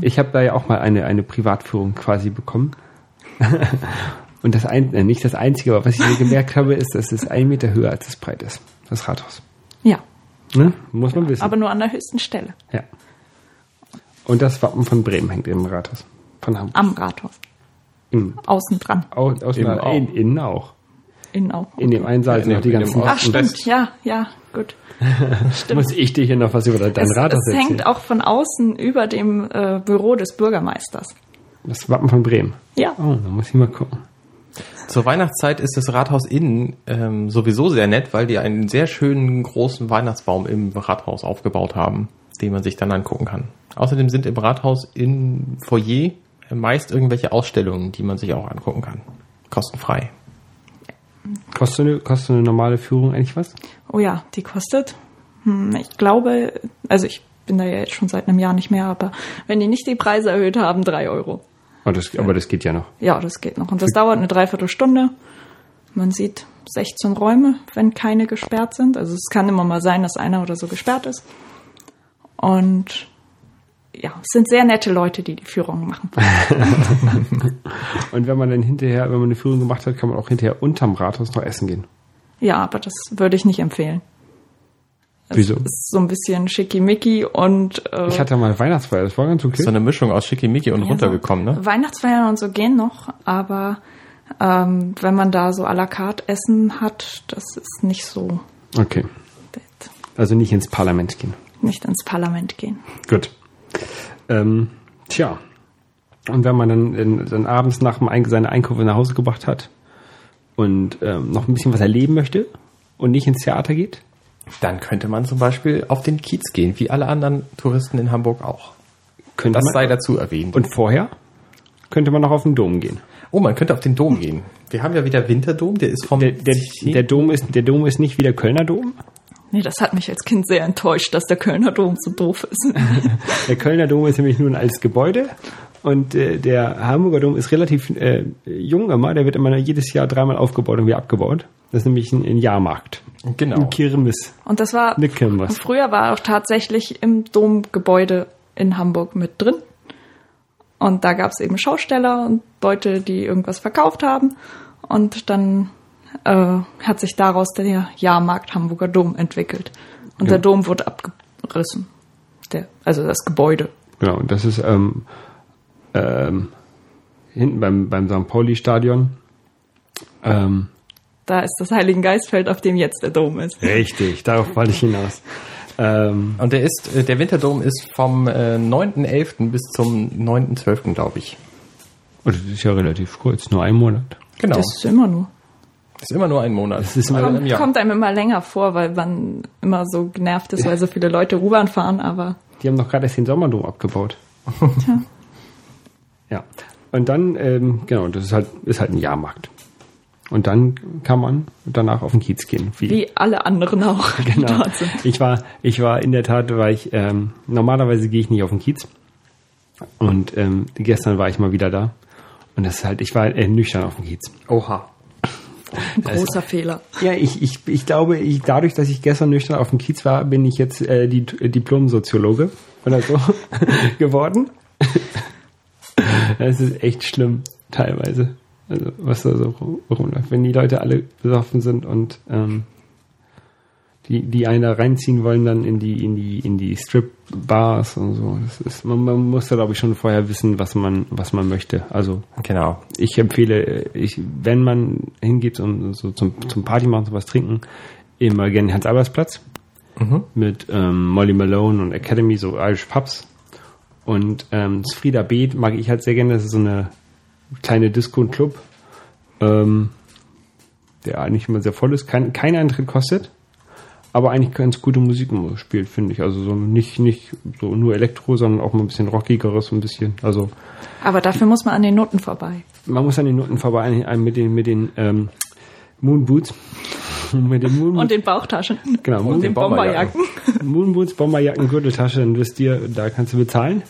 Speaker 2: Ich habe da ja auch mal eine, eine Privatführung quasi bekommen. Und das ein, äh, nicht das Einzige, aber was ich mir gemerkt habe, ist, dass es ein Meter höher als es breit ist, das Rathaus.
Speaker 1: Ja,
Speaker 2: Ne? Muss man wissen.
Speaker 1: aber nur an der höchsten Stelle,
Speaker 2: ja. Und das Wappen von Bremen hängt im Rathaus. Von Hamburg.
Speaker 1: am Rathaus,
Speaker 2: Im,
Speaker 1: außen dran,
Speaker 2: au, aus
Speaker 3: Im
Speaker 2: einer,
Speaker 3: auch.
Speaker 2: in, innen auch.
Speaker 1: innen auch.
Speaker 2: In dem einen Saal
Speaker 3: Ja,
Speaker 2: sind
Speaker 3: in
Speaker 2: noch
Speaker 3: dem-
Speaker 2: die
Speaker 3: in dem
Speaker 2: ganzen.
Speaker 3: Ort.
Speaker 1: Ach, stimmt,
Speaker 3: West.
Speaker 1: ja, ja, gut. Stimmt.
Speaker 2: Muss ich dir hier noch was über dein
Speaker 1: es
Speaker 2: Rathaus
Speaker 1: es
Speaker 2: erzählen?
Speaker 1: hängt auch von außen über dem äh, Büro des Bürgermeisters.
Speaker 2: Das Wappen von Bremen.
Speaker 1: Ja.
Speaker 2: Oh, da muss ich mal gucken.
Speaker 3: Zur Weihnachtszeit ist das Rathaus innen ähm, sowieso sehr nett, weil die einen sehr schönen großen Weihnachtsbaum im Rathaus aufgebaut haben, den man sich dann angucken kann. Außerdem sind im Rathaus im Foyer meist irgendwelche Ausstellungen, die man sich auch angucken kann. Kostenfrei.
Speaker 2: Kostet eine, kostet eine normale Führung eigentlich was?
Speaker 1: Oh ja, die kostet. Hm, ich glaube, also ich bin da ja jetzt schon seit einem Jahr nicht mehr, aber wenn die nicht die Preise erhöht haben, drei Euro.
Speaker 2: Oh, das, aber das geht ja noch.
Speaker 1: Ja, das geht noch. Und das dauert eine Dreiviertelstunde. Man sieht 16 Räume, wenn keine gesperrt sind. Also es kann immer mal sein, dass einer oder so gesperrt ist. Und ja, es sind sehr nette Leute, die die Führungen machen.
Speaker 2: Und wenn man dann hinterher, wenn man eine Führung gemacht hat, kann man auch hinterher unterm Rathaus noch essen gehen.
Speaker 1: Ja, aber das würde ich nicht empfehlen.
Speaker 2: Wieso?
Speaker 1: Das ist so ein bisschen schickimicki und äh,
Speaker 2: Ich hatte mal Weihnachtsfeier, das war ganz okay.
Speaker 3: So eine Mischung aus Schickimicki und runtergekommen, ne?
Speaker 1: Weihnachtsfeiern und so gehen noch, aber ähm, wenn man da so à la carte Essen hat, das ist nicht so
Speaker 2: Okay.
Speaker 1: nett.
Speaker 2: Also nicht ins Parlament gehen.
Speaker 1: nicht ins Parlament gehen.
Speaker 2: Gut. Ähm, tja. Und wenn man dann, dann, dann abends nach dem Ein seine Einkäufe nach Hause gebracht hat, und ähm, noch ein bisschen was erleben möchte und nicht ins Theater geht,
Speaker 3: Dann könnte man zum Beispiel auf den Kiez gehen, wie alle anderen Touristen in Hamburg auch.
Speaker 2: könnte
Speaker 3: Das
Speaker 2: man,
Speaker 3: sei dazu erwähnt.
Speaker 2: und vorher könnte man noch auf den Dom gehen.
Speaker 3: oh, man könnte auf den Dom gehen. Wir haben ja wieder Winterdom, der ist vom
Speaker 2: Der, der, der Dom ist der Dom ist nicht wie der Kölner Dom.
Speaker 1: Nee, das hat mich als Kind sehr enttäuscht, dass der Kölner Dom so doof ist.
Speaker 2: Der Kölner Dom ist nämlich nur ein altes Gebäude und äh, der Hamburger Dom ist relativ äh, jung immer. Der wird immer jedes Jahr dreimal aufgebaut und wieder abgebaut. Das ist nämlich ein, ein Jahrmarkt,
Speaker 3: genau.
Speaker 2: ein Kirmes.
Speaker 1: Und das war,
Speaker 2: Eine Kirmes.
Speaker 1: früher war auch tatsächlich im Domgebäude in Hamburg mit drin. Und da gab es eben Schausteller und Leute, die irgendwas verkauft haben. Und dann äh, hat sich daraus der Jahrmarkt Hamburger Dom entwickelt. Und der Dom wurde abgerissen. Der, also das Gebäude.
Speaker 2: Genau, und das ist ähm, ähm, hinten beim, beim St. Pauli-Stadion. Ähm,
Speaker 1: Da ist das Heiligen Geistfeld, auf dem jetzt der Dom ist.
Speaker 2: richtig, darauf wollte ich hinaus. Ähm,
Speaker 3: Und der ist, äh, der Winterdom ist vom äh, 9.11. bis zum 9.12., glaube ich.
Speaker 2: und das ist ja relativ kurz, nur ein Monat.
Speaker 3: Genau.
Speaker 1: Das ist immer nur.
Speaker 3: ist immer nur ein Monat. Das
Speaker 2: ist immer-
Speaker 3: im
Speaker 1: Kommt,
Speaker 3: Jahr.
Speaker 1: kommt einem immer länger vor, weil man immer so genervt ist, weil so viele Leute U-Bahn fahren, aber
Speaker 2: Die haben doch gerade erst den Sommerdom abgebaut. ja. Und dann, ähm, genau, das ist halt, ist halt ein Jahrmarkt. Und dann kann man danach auf den Kiez gehen.
Speaker 1: wie alle anderen auch
Speaker 2: genau.
Speaker 1: dort sind.
Speaker 2: Ich war, ich war in der Tat, war ich, ähm, normalerweise gehe ich nicht auf den Kiez. Und ähm, gestern war ich mal wieder da. Und das ist halt, ich war äh, nüchtern auf dem Kiez.
Speaker 3: Oha.
Speaker 1: Ein großer Fehler.
Speaker 2: Ja, ich, ich, ich glaube, ich, dadurch, dass ich gestern nüchtern auf dem Kiez war, bin ich jetzt äh, die, äh, Diplom-Soziologe oder so geworden. Das ist echt schlimm, teilweise, also, was da so ru- rumläuft. Wenn die Leute alle besoffen sind und ähm, die, die einen da reinziehen wollen, dann in die, in die, in die Strip-Bars und so. Das ist, man, man muss da, glaube ich, schon vorher wissen, was man, was man möchte. Also
Speaker 3: Genau.
Speaker 2: ich empfehle, ich, wenn man hingeht und so zum, zum Party machen, sowas trinken, immer gerne Hans-Albers-Platz mit ähm, Molly Malone und Academy, so Irish Pubs. Und ähm, das Frieda Beet mag ich halt sehr gerne, das ist so eine kleine Disco und Club, ähm, der eigentlich immer sehr voll ist, kein, kein Eintritt kostet, aber eigentlich ganz gute Musik immer spielt, finde ich. Also so nicht, nicht so nur Elektro, sondern auch mal ein bisschen rockigeres, ein bisschen, also
Speaker 1: Aber dafür muss man an den Noten vorbei.
Speaker 2: man muss an den Noten vorbei an- an- mit den mit den ähm, Moonboots. mit den Moon,
Speaker 1: Und den Bauchtaschen.
Speaker 2: Hm. genau, Moon,
Speaker 3: Und den Bomberjacken.
Speaker 1: Bomberjacken.
Speaker 2: Moonboots, Bomberjacken, Gürteltasche, dann wisst ihr, da kannst du bezahlen.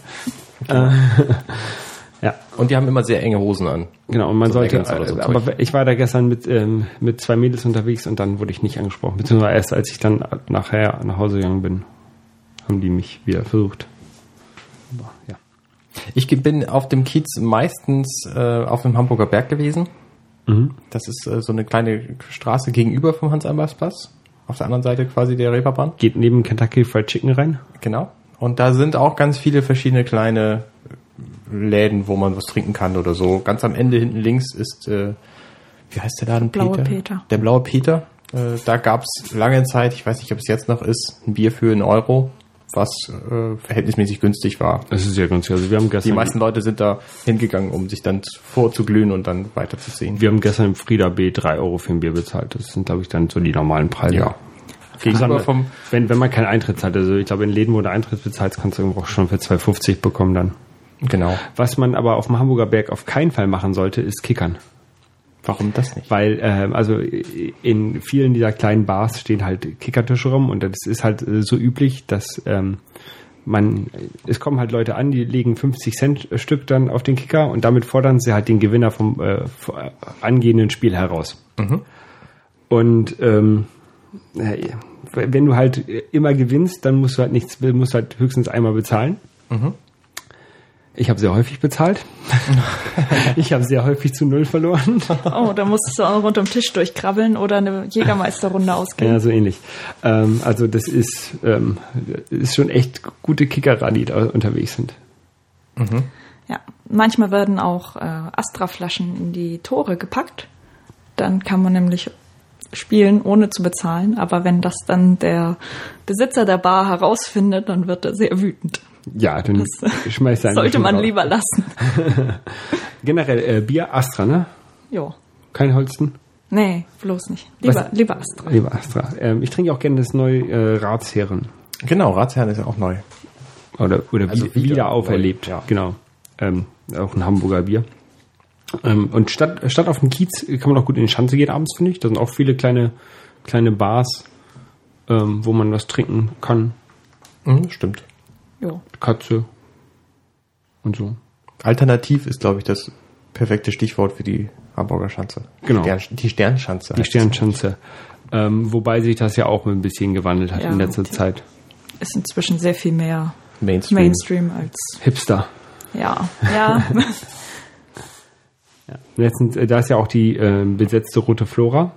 Speaker 2: Äh, ja,
Speaker 3: Und die haben immer sehr enge Hosen an.
Speaker 2: genau. Und man
Speaker 3: So
Speaker 2: sollte,
Speaker 3: Leggings oder so
Speaker 2: äh,
Speaker 3: Zeug.
Speaker 2: aber ich war da gestern mit ähm, mit zwei Mädels unterwegs und dann wurde ich nicht angesprochen. Beziehungsweise erst als ich dann nachher nach Hause gegangen bin, haben die mich wieder versucht. Aber, ja.
Speaker 3: Ich ge- bin auf dem Kiez meistens äh, auf dem Hamburger Berg gewesen. Das ist äh, so eine kleine Straße gegenüber vom Hans-Albers-Platz. Auf der anderen Seite quasi der Reeperbahn.
Speaker 2: Geht neben Kentucky Fried Chicken rein.
Speaker 3: Genau. Und da sind auch ganz viele verschiedene kleine Läden, wo man was trinken kann oder so. Ganz am Ende hinten links ist, äh, wie heißt der Laden?
Speaker 1: Blaue Peter.
Speaker 3: Der Blaue Peter. Äh, da gab's lange Zeit, ich weiß nicht, ob es jetzt noch ist, ein Bier für einen Euro, was äh, verhältnismäßig günstig war.
Speaker 2: Das ist ja ganz Also wir haben gestern
Speaker 3: Die meisten Leute sind da hingegangen, um sich dann vorzuglühen und dann weiterzusehen.
Speaker 2: Wir haben gestern im Frieda B 3 Euro für ein Bier bezahlt. Das sind, glaube ich, dann so die normalen Preise.
Speaker 3: Gegenüber
Speaker 2: Sondern,
Speaker 3: vom,
Speaker 2: wenn, wenn man keinen Eintritt zahlt, also ich glaube, in Läden, wo du Eintritt bezahlst, kannst du irgendwo auch schon für 2,50 bekommen dann.
Speaker 3: genau.
Speaker 2: Was man aber auf dem Hamburger Berg auf keinen Fall machen sollte, ist kickern.
Speaker 3: Warum das nicht?
Speaker 2: Weil, ähm, also äh, in vielen dieser kleinen Bars stehen halt Kickertische rum und das ist halt äh, so üblich, dass ähm, man, es kommen halt Leute an, die legen 50 Cent äh, Stück dann auf den Kicker und damit fordern sie halt den Gewinner vom äh, v- äh, angehenden Spiel heraus. Und ähm, äh, wenn du halt immer gewinnst, dann musst du halt nichts, musst halt höchstens einmal bezahlen. Ich habe sehr häufig bezahlt. ich habe sehr häufig zu null verloren.
Speaker 1: Oh, da musstest du auch noch rund um den Tisch durchkrabbeln oder eine Jägermeisterrunde ausgehen.
Speaker 2: Ja, so ähnlich. Ähm, also das ist, ähm, ist schon echt gute Kicker, die da unterwegs sind.
Speaker 1: Ja. Manchmal werden auch äh, Astra-Flaschen in die Tore gepackt. Dann kann man nämlich spielen, ohne zu bezahlen. Aber wenn das dann der Besitzer der Bar herausfindet, dann wird er sehr wütend.
Speaker 2: Ja, dann
Speaker 1: Das
Speaker 2: schmeißt er einen
Speaker 1: Sollte
Speaker 2: schon
Speaker 1: man
Speaker 2: raus.
Speaker 1: lieber lassen.
Speaker 2: Generell äh, Bier Astra, ne?
Speaker 1: Ja.
Speaker 2: Kein Holsten.
Speaker 1: Nee, bloß nicht. Lieber,
Speaker 2: Was-
Speaker 1: lieber Astra.
Speaker 2: Lieber Astra. Ähm, ich trinke auch gerne das neue äh, Ratsherren.
Speaker 3: Genau, Ratsherrn ist ja auch neu.
Speaker 2: Oder, oder
Speaker 3: Also
Speaker 2: wie- wieder,
Speaker 3: wieder
Speaker 2: auferlebt.
Speaker 3: neu, ja.
Speaker 2: Genau. Ähm, auch ein Hamburger Bier. Ähm, und statt, statt auf den Kiez kann man auch gut in die Schanze gehen abends, finde ich. Da sind auch viele kleine, kleine Bars, ähm, wo man was trinken kann.
Speaker 3: Mhm, stimmt.
Speaker 1: Jo.
Speaker 2: Katze und so.
Speaker 3: Alternativ ist, glaube ich, das perfekte Stichwort für die Hamburger Schanze.
Speaker 2: Genau.
Speaker 3: Stern, die Sternschanze.
Speaker 2: Die Sternschanze. Ähm, wobei sich das ja auch ein bisschen gewandelt hat
Speaker 1: Ja.
Speaker 2: in letzter Zeit.
Speaker 1: Ist inzwischen sehr viel mehr
Speaker 3: Mainstream.
Speaker 1: Mainstream als
Speaker 2: Hipster.
Speaker 1: ja. Ja.
Speaker 2: Letztens, äh, da ist ja auch die äh, besetzte Rote Flora.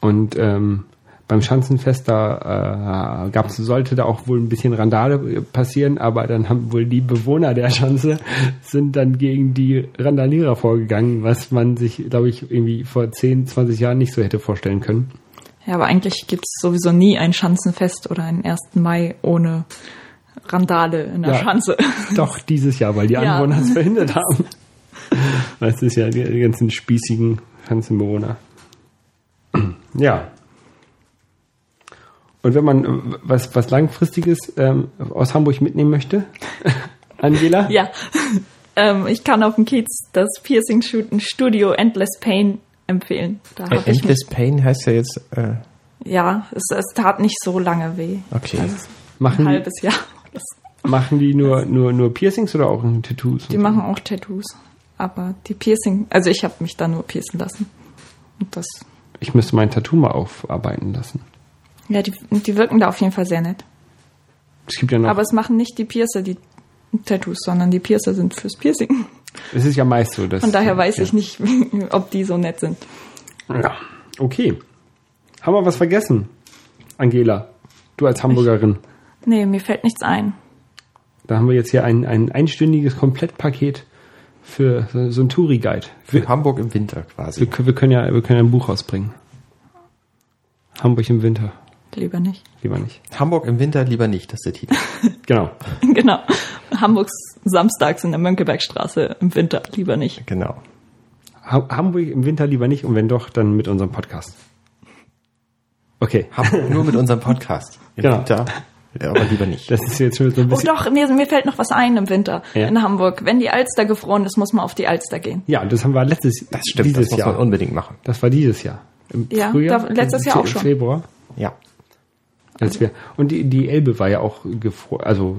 Speaker 2: Und ähm, beim Schanzenfest, da äh, gab's, sollte da auch wohl ein bisschen Randale äh, passieren, aber dann haben wohl die Bewohner der Schanze sind dann gegen die Randalierer vorgegangen, was man sich, glaube ich, irgendwie vor 10, 20 Jahren nicht so hätte vorstellen können.
Speaker 1: ja, aber eigentlich gibt's sowieso nie ein Schanzenfest oder einen 1. Mai ohne Randale in der
Speaker 2: Ja.
Speaker 1: Schanze.
Speaker 2: Doch dieses Jahr, weil die
Speaker 1: Ja.
Speaker 2: Anwohner es verhindert haben. Das ist ja die, die ganzen spießigen Schanzenbewohner. Ja. Und wenn man äh, was, was Langfristiges ähm, aus Hamburg mitnehmen möchte, Angela?
Speaker 1: Ja. Ähm, ich kann auf dem Kiez das Piercing Shooten Studio Endless Pain empfehlen. Da hab ich mich,
Speaker 3: Endless Pain heißt ja jetzt, äh,
Speaker 1: ja, es, es tat nicht so lange weh.
Speaker 3: Okay.
Speaker 1: Also ein
Speaker 2: Machen,
Speaker 1: halbes Jahr. Das,
Speaker 2: machen die nur, nur, nur Piercings oder auch Tattoos?
Speaker 1: die machen auch Tattoos. Aber die Piercing, also ich habe mich da nur piercen lassen. Und das,
Speaker 2: Ich müsste mein Tattoo mal aufarbeiten lassen.
Speaker 1: ja, die, die wirken da auf jeden Fall sehr nett.
Speaker 2: Es gibt ja noch,
Speaker 1: Aber es machen nicht die Piercer die Tattoos, sondern die Piercer sind fürs Piercing.
Speaker 2: es ist ja meist so, dass
Speaker 1: Von daher weiß ich nicht, ob die so nett sind.
Speaker 2: Ja, okay. Haben wir was vergessen? Angela, du als Hamburgerin.
Speaker 1: Nee, mir fällt nichts ein.
Speaker 2: Da haben wir jetzt hier ein, ein einstündiges Komplettpaket für so so einen Touri-Guide. Wir,
Speaker 3: für Hamburg im Winter
Speaker 2: wir,
Speaker 3: quasi.
Speaker 2: können- wir, können ja, wir können ja ein Buch rausbringen. Hamburg im Winter.
Speaker 1: Lieber nicht.
Speaker 2: Lieber nicht.
Speaker 3: Hamburg im Winter lieber nicht, das ist der Titel.
Speaker 2: Genau.
Speaker 1: Genau. Hamburgs Samstags in der Mönckebergstraße im Winter lieber nicht.
Speaker 3: genau.
Speaker 2: Ha Hamburg im Winter lieber nicht und wenn doch, dann mit unserem Podcast. Okay.
Speaker 3: Hamburg nur mit unserem Podcast. Im
Speaker 2: Genau.
Speaker 3: Winter, ja, aber lieber nicht.
Speaker 2: Das ist jetzt schon so ein
Speaker 1: Oh
Speaker 2: bisschen.
Speaker 1: doch, mir, mir fällt noch was ein im Winter
Speaker 2: Ja.
Speaker 1: in Hamburg. Wenn die Alster gefroren ist, muss man auf die Alster gehen.
Speaker 2: Ja, das haben wir letztes
Speaker 3: Das stimmt,
Speaker 2: dieses
Speaker 3: das muss man
Speaker 2: Jahr.
Speaker 3: unbedingt machen.
Speaker 2: Das war dieses Jahr. Im
Speaker 1: Ja, da- letztes
Speaker 2: im
Speaker 1: Jahr
Speaker 2: Fe-
Speaker 1: auch schon.
Speaker 2: Februar.
Speaker 3: Ja.
Speaker 2: Als wir, und die, die Elbe war ja auch gefro- also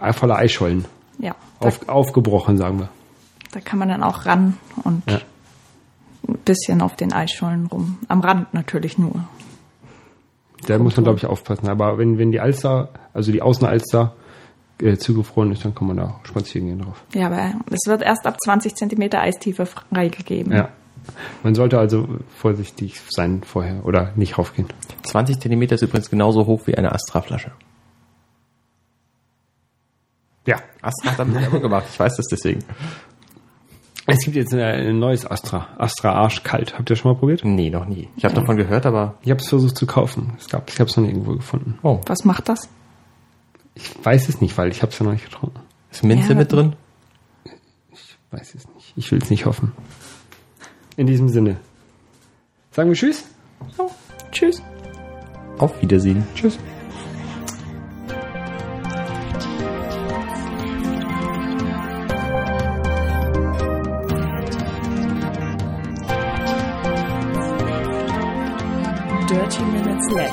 Speaker 2: äh, voller Eischollen.
Speaker 1: Ja, da,
Speaker 2: Auf, aufgebrochen, sagen wir.
Speaker 1: da kann man dann auch ran und
Speaker 2: Ja.
Speaker 1: ein bisschen auf den Eisschollen rum. Am Rand natürlich nur.
Speaker 2: Da muss man, glaube ich, aufpassen. Aber wenn, wenn die Alster, also die Außenalster, äh, zugefroren ist, dann kann man da auch spazieren gehen drauf.
Speaker 1: Ja, aber es wird erst ab 20 Zentimeter Eistiefe freigegeben.
Speaker 2: Ja. Man sollte also vorsichtig sein vorher oder nicht raufgehen.
Speaker 3: 20 Zentimeter ist übrigens genauso hoch wie eine Astra-Flasche.
Speaker 2: Ja.
Speaker 3: Astra hat damit Werbung gemacht, ich weiß das deswegen.
Speaker 2: Es gibt jetzt ein, ein neues Astra. Astra Arschkalt. Habt ihr schon mal probiert?
Speaker 3: Nee, noch nie. Ich habe davon gehört, aber
Speaker 2: Ich habe es versucht zu kaufen. Es gab, ich habe es noch irgendwo gefunden.
Speaker 3: oh,
Speaker 1: Was macht das?
Speaker 2: Ich weiß es nicht, weil ich habe es ja noch nicht getrunken.
Speaker 3: ist Minze
Speaker 1: Ja.
Speaker 3: mit drin?
Speaker 2: Weiß es nicht. Ich will es nicht hoffen. In diesem Sinne. Sagen wir Tschüss.
Speaker 1: So, tschüss.
Speaker 3: Auf Wiedersehen.
Speaker 2: Tschüss.
Speaker 4: Dirty Minutes Left.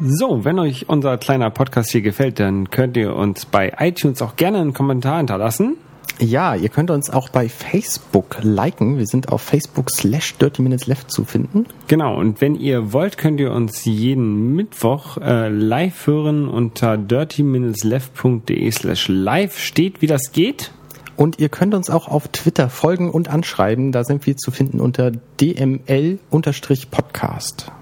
Speaker 2: So, wenn euch unser kleiner Podcast hier gefällt, dann könnt ihr uns bei iTunes auch gerne einen Kommentar hinterlassen.
Speaker 5: Ja, ihr könnt uns auch bei Facebook liken. Wir sind auf Facebook slash Dirty Minutes Left zu finden.
Speaker 2: Genau, und wenn ihr wollt, könnt ihr uns jeden Mittwoch äh, live hören unter dirtyminutesleft.de slash live steht, wie das geht.
Speaker 5: Und ihr könnt uns auch auf Twitter folgen und anschreiben. Da sind wir zu finden unter DML-Podcast.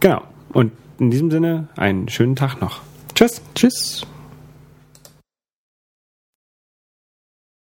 Speaker 2: Genau, und in diesem Sinne einen schönen Tag noch. Tschüss.
Speaker 5: Tschüss.